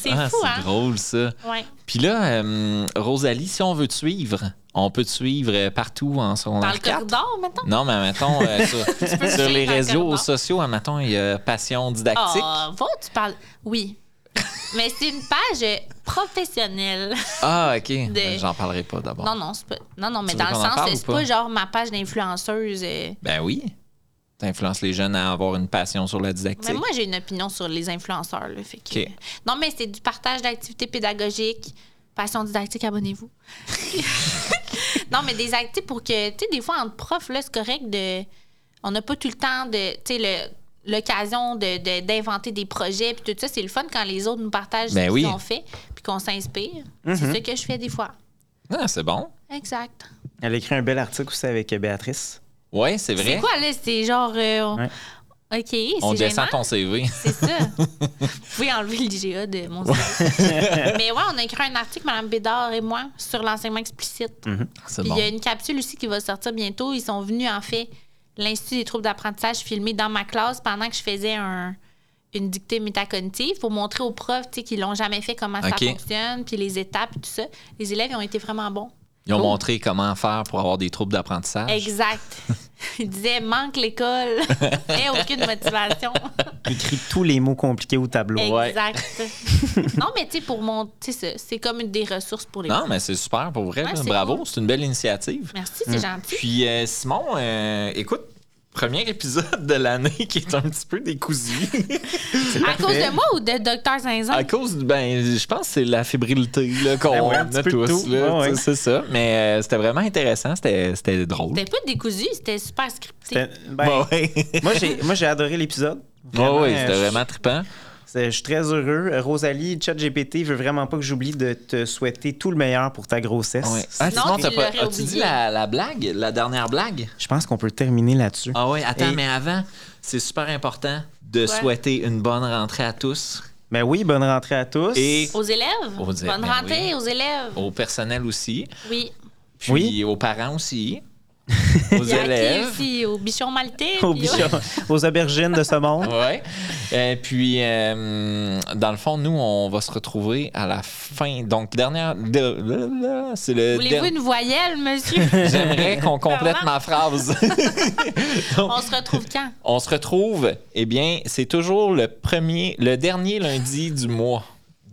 c'est Ah, fou, hein? drôle, ça. Ouais. Puis là, euh, Rosalie, si on veut te suivre, on peut te suivre euh, partout en Dans secondaire le 4. corridor, mettons. Non, mais mettons, euh, sur, peux sur les suivre dans le réseaux corridor. sociaux, hein, mettons, il y a Passion Didactique. Ah, va, tu parles. Oui. mais c'est une page euh, professionnelle. Ah, OK. De- J'en parlerai pas d'abord. Non, non, c'est pas. Non, non, mais Tu veux dans le qu'on en sens, parle ou c'est pas? pas genre ma page d'influenceuse. euh, Ben oui. T'influences les jeunes à avoir une passion sur la didactique. Mais Ben, moi, j'ai une opinion sur les influenceurs. là, fait que- OK. Non, mais c'est du partage d'activités pédagogiques. Passion didactique, abonnez-vous. non, mais des activités pour que, tu sais, des fois, entre profs, là, c'est correct de. On n'a pas tout le temps de. Tu sais, le- l'occasion de- de- d'inventer des projets. Puis tout ça, c'est le fun quand les autres nous partagent Ben ce oui. Mhm. qu'ils ont fait. Puis qu'on s'inspire. C'est ça que je fais des fois. Ah, c'est bon. Exact. Elle a écrit un bel article aussi avec euh, Béatrice. Oui, c'est C'est vrai. quoi, là? C'est genre. euh, on- Ouais. OK, On c'est gênant. descend ton CV. C'est ça. Vous pouvez enlever l'IGA de mon CV. Mais ouais, on a écrit un article, Mme Bédard et moi, sur l'enseignement explicite. C'est Puis bon. il y a une capsule aussi qui va sortir bientôt. Ils sont venus, en fait, l'Institut des troubles d'apprentissage filmer dans ma classe pendant que je faisais un- une dictée métacognitive pour montrer aux profs tu sais, qu'ils l'ont jamais fait, comment OK. ça fonctionne, puis les étapes, tout ça. Les élèves ils ont été vraiment bons. Ils ont Oh. montré comment faire pour avoir des troubles d'apprentissage. Exact. Ils disaient manque l'école et aucune motivation. Écris tous les mots compliqués au tableau. Ouais. Exact. non, mais tu sais, pour mon. Tu sais, ça, c'est comme une des ressources pour les. Non, mais c'est super pour vrai. Ouais, là. c'est Bravo, cool. c'est une belle initiative. Merci, c'est gentil. Puis euh, Simon, euh, écoute, premier épisode de l'année qui est un petit peu décousu. à cause parfait. de moi ou de Docteur Zinzon? à cause du ben, je pense que c'est la fébrilité là, qu'on Ah ouais, un petit a peu de tous. tout. là, Ouais, tu ouais. sais, C'est ça. Mais euh, c'était vraiment intéressant, c'était c'était drôle. C'était pas décousu, c'était super scripté. Ben, ben, Bah ouais. Moi, j'ai, moi, j'ai adoré l'épisode. Ouais, ouais, euh, c'était je- vraiment trippant. c'est- Je suis très heureux. Euh, Rosalie, ChatGPT, veut vraiment pas que j'oublie de te souhaiter tout le meilleur pour ta grossesse. Ouais. Ah, Sinon, Simon, tu t'as pas- l'aurais as-tu dit oublié. la, la blague, la dernière blague? Je pense qu'on peut terminer là-dessus. Ah ouais, attends, Et- mais avant, c'est super important de Quoi? souhaiter une bonne rentrée à tous. Ben oui, bonne rentrée à tous. Et- Aux élèves? Aux élèves, Bonne ben rentrée oui. aux élèves. Au personnel aussi, Oui. puis Oui. aux parents aussi, aux Puis à qui élèves. aussi? Aux bichons maltais. aux, puis aux- bichons- aux aubergines de ce monde. Ouais. Et puis, euh, dans le fond, nous, on va se retrouver à la fin. Donc, dernière. de- C'est le. Voulez-vous der- une voyelle, monsieur? J'aimerais qu'on complète ma phrase. On se retrouve quand? On se retrouve, eh bien, c'est toujours le premier, le dernier lundi du mois.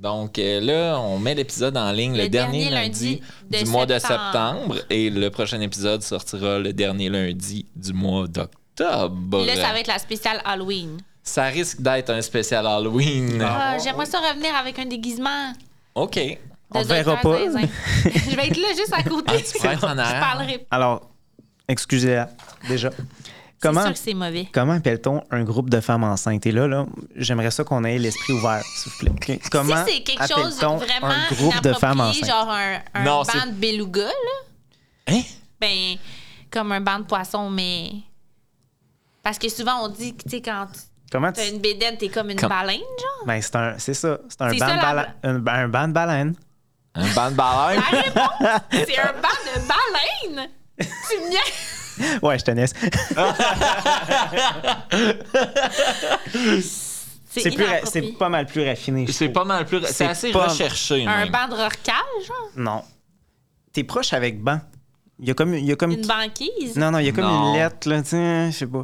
Donc euh, là, on met l'épisode en ligne le, Le dernier, dernier lundi, lundi de du mois de septembre. septembre et le prochain épisode sortira le dernier lundi du mois d'octobre. Là, ça va être la spéciale Halloween. Ça risque d'être un spécial Halloween. Ah, J'aimerais ça revenir avec un déguisement. OK. de On te verra Dr. pas. Zinzin. Je vais être là juste à côté. Ah, tu pourrais être en Je arrière. parlerai pas. Alors, excusez-la déjà. C'est Comment, sûr que c'est mauvais. comment appelle-t-on un groupe de femmes enceintes? Et là, là j'aimerais ça qu'on ait l'esprit ouvert, s'il vous plaît. Comment si c'est quelque chose appelle-t-on vraiment un groupe de femmes inapproprié, enceintes? genre un, un Non, banc c'est- de beluga, là, Hein? ben, comme un banc de poisson, mais. Parce que souvent, on dit que, tu sais, quand Comment tu- t'as une bédaine, t'es comme une Comme- baleine, genre. Ben, c'est un, c'est ça. C'est un C'est banc ça, de la- bala- un, un banc de baleine. Un banc de baleine? La réponse, c'est un banc de baleine! Tu me niaises? Ouais, je te laisse. C'est, plus ra- c'est inapproprié. pas mal plus raffiné. je C'est trouve. pas mal plus. C'est C'est assez pas- recherché. Un même. banc de rorqual, genre? Non. T'es proche avec banc. Il y a comme. Il y a comme... Une banquise? Non, non, il y a comme Non. une lettre, là. Tiens, je sais pas.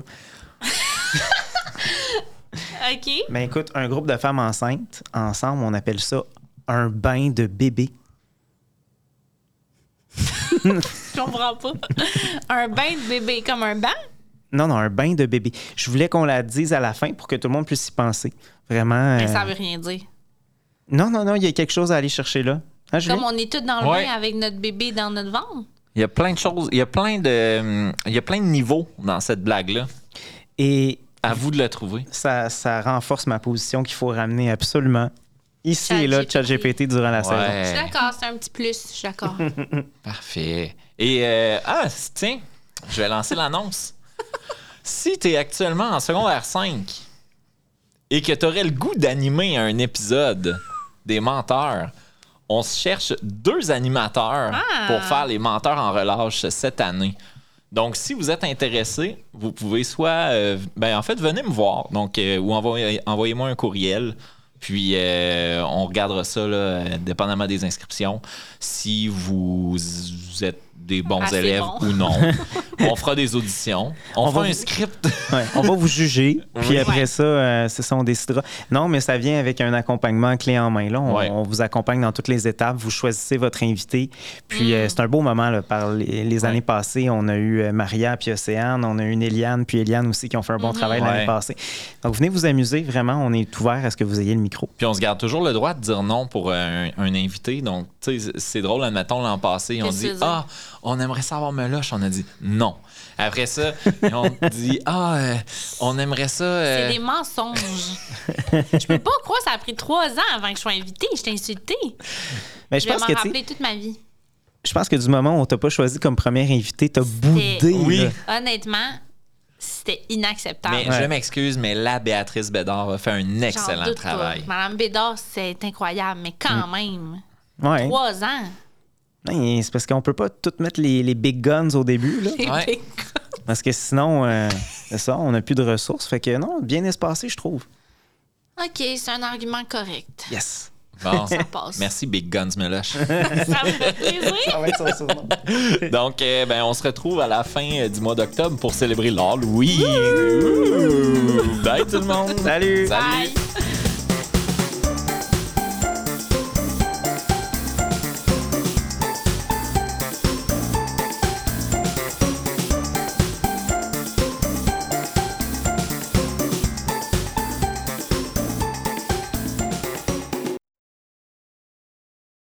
OK. Ben, écoute, un groupe de femmes enceintes, ensemble, on appelle ça un bain de bébé. Je comprends pas. un bain de bébé, comme un banc? Non, non, un bain de bébé. Je voulais qu'on la dise à la fin pour que tout le monde puisse y penser. Vraiment. Mais euh, ça veut rien dire. Non, non, non, il y a quelque chose à aller chercher là. Hein, Julien? Comme on est tous dans le Ouais. bain avec notre bébé dans notre ventre. Il y a plein de choses. Il y a plein de. hum, Il y a plein de niveaux dans cette blague-là. Et À vous de la trouver. ça, ça renforce ma position qu'il faut ramener absolument ici et là, ChatGPT. ChatGPT, durant la saison. Je suis d'accord, c'est un petit plus, je suis d'accord. Euh. Parfait. Et euh, ah, c- tiens, je vais lancer l'annonce. Si tu es actuellement en secondaire 5 et que tu aurais le goût d'animer un épisode des menteurs, on se cherche deux animateurs Ah! pour faire les menteurs en relâche cette année. Donc, si vous êtes intéressé, vous pouvez soit. euh, ben, en fait, venez me voir. Donc, euh, ou envoyez- envoyez-moi un courriel. Puis, euh, on regardera ça, là, euh, dépendamment des inscriptions, si vous êtes des bons Assez élèves bons. ou non. on fera des auditions. On On, fera va un vous- script. Ouais, on va vous juger, puis Oui. après Ouais. ça, euh, c'est ça, on décidera. Non, mais ça vient avec un accompagnement clé en main. Là, on, Ouais. on vous accompagne dans toutes les étapes. Vous choisissez votre invité. Puis Mm. euh, c'est un beau moment. Là, par les, les Ouais. années passées, on a eu euh, Maria puis Océane, on a eu Eliane puis Eliane aussi qui ont fait un bon Mm-hmm. travail Ouais. l'année passée. Donc venez vous amuser. Vraiment, on est ouvert à ce que vous ayez le micro. Puis, on se garde toujours le droit de dire non pour un, un invité. Donc, tu sais, c'est drôle, admettons, l'an passé, on Qu'est-ce dit que tu veux dire? Ah, on aimerait savoir Meloche. On a dit non. Après ça, on dit Ah, euh, on aimerait ça. euh, C'est des mensonges. je peux pas croire que ça a pris trois ans avant que je sois invitée. Je t'ai insultée. Mais Je, je vais pense m'en que tu sais, rappeler toute ma vie. je pense que du moment où on t'a pas choisi comme premier invité, t'as boudé. Oui. là. Honnêtement, C'était inacceptable. Mais je Ouais. m'excuse, mais la Béatrice Bédard a fait un J'en excellent doute pas. travail. Madame Bédard, c'est incroyable, mais Mm. quand même, Ouais. trois ans. Ben, c'est parce qu'on peut pas tout mettre les, les big guns au début, là. Ouais. Des- Parce que sinon, euh, c'est ça, on n'a plus de ressources. Fait que non, bien espacé, je trouve. OK, c'est un argument correct. Yes. Bon, Ça passe. merci Big Guns Meloche. Ça me fait plaisir. Donc, euh, ben, on se retrouve à la fin euh, du mois d'octobre pour célébrer l'Halloween. Ouh! Bye tout le monde. Salut. Salut. Bye.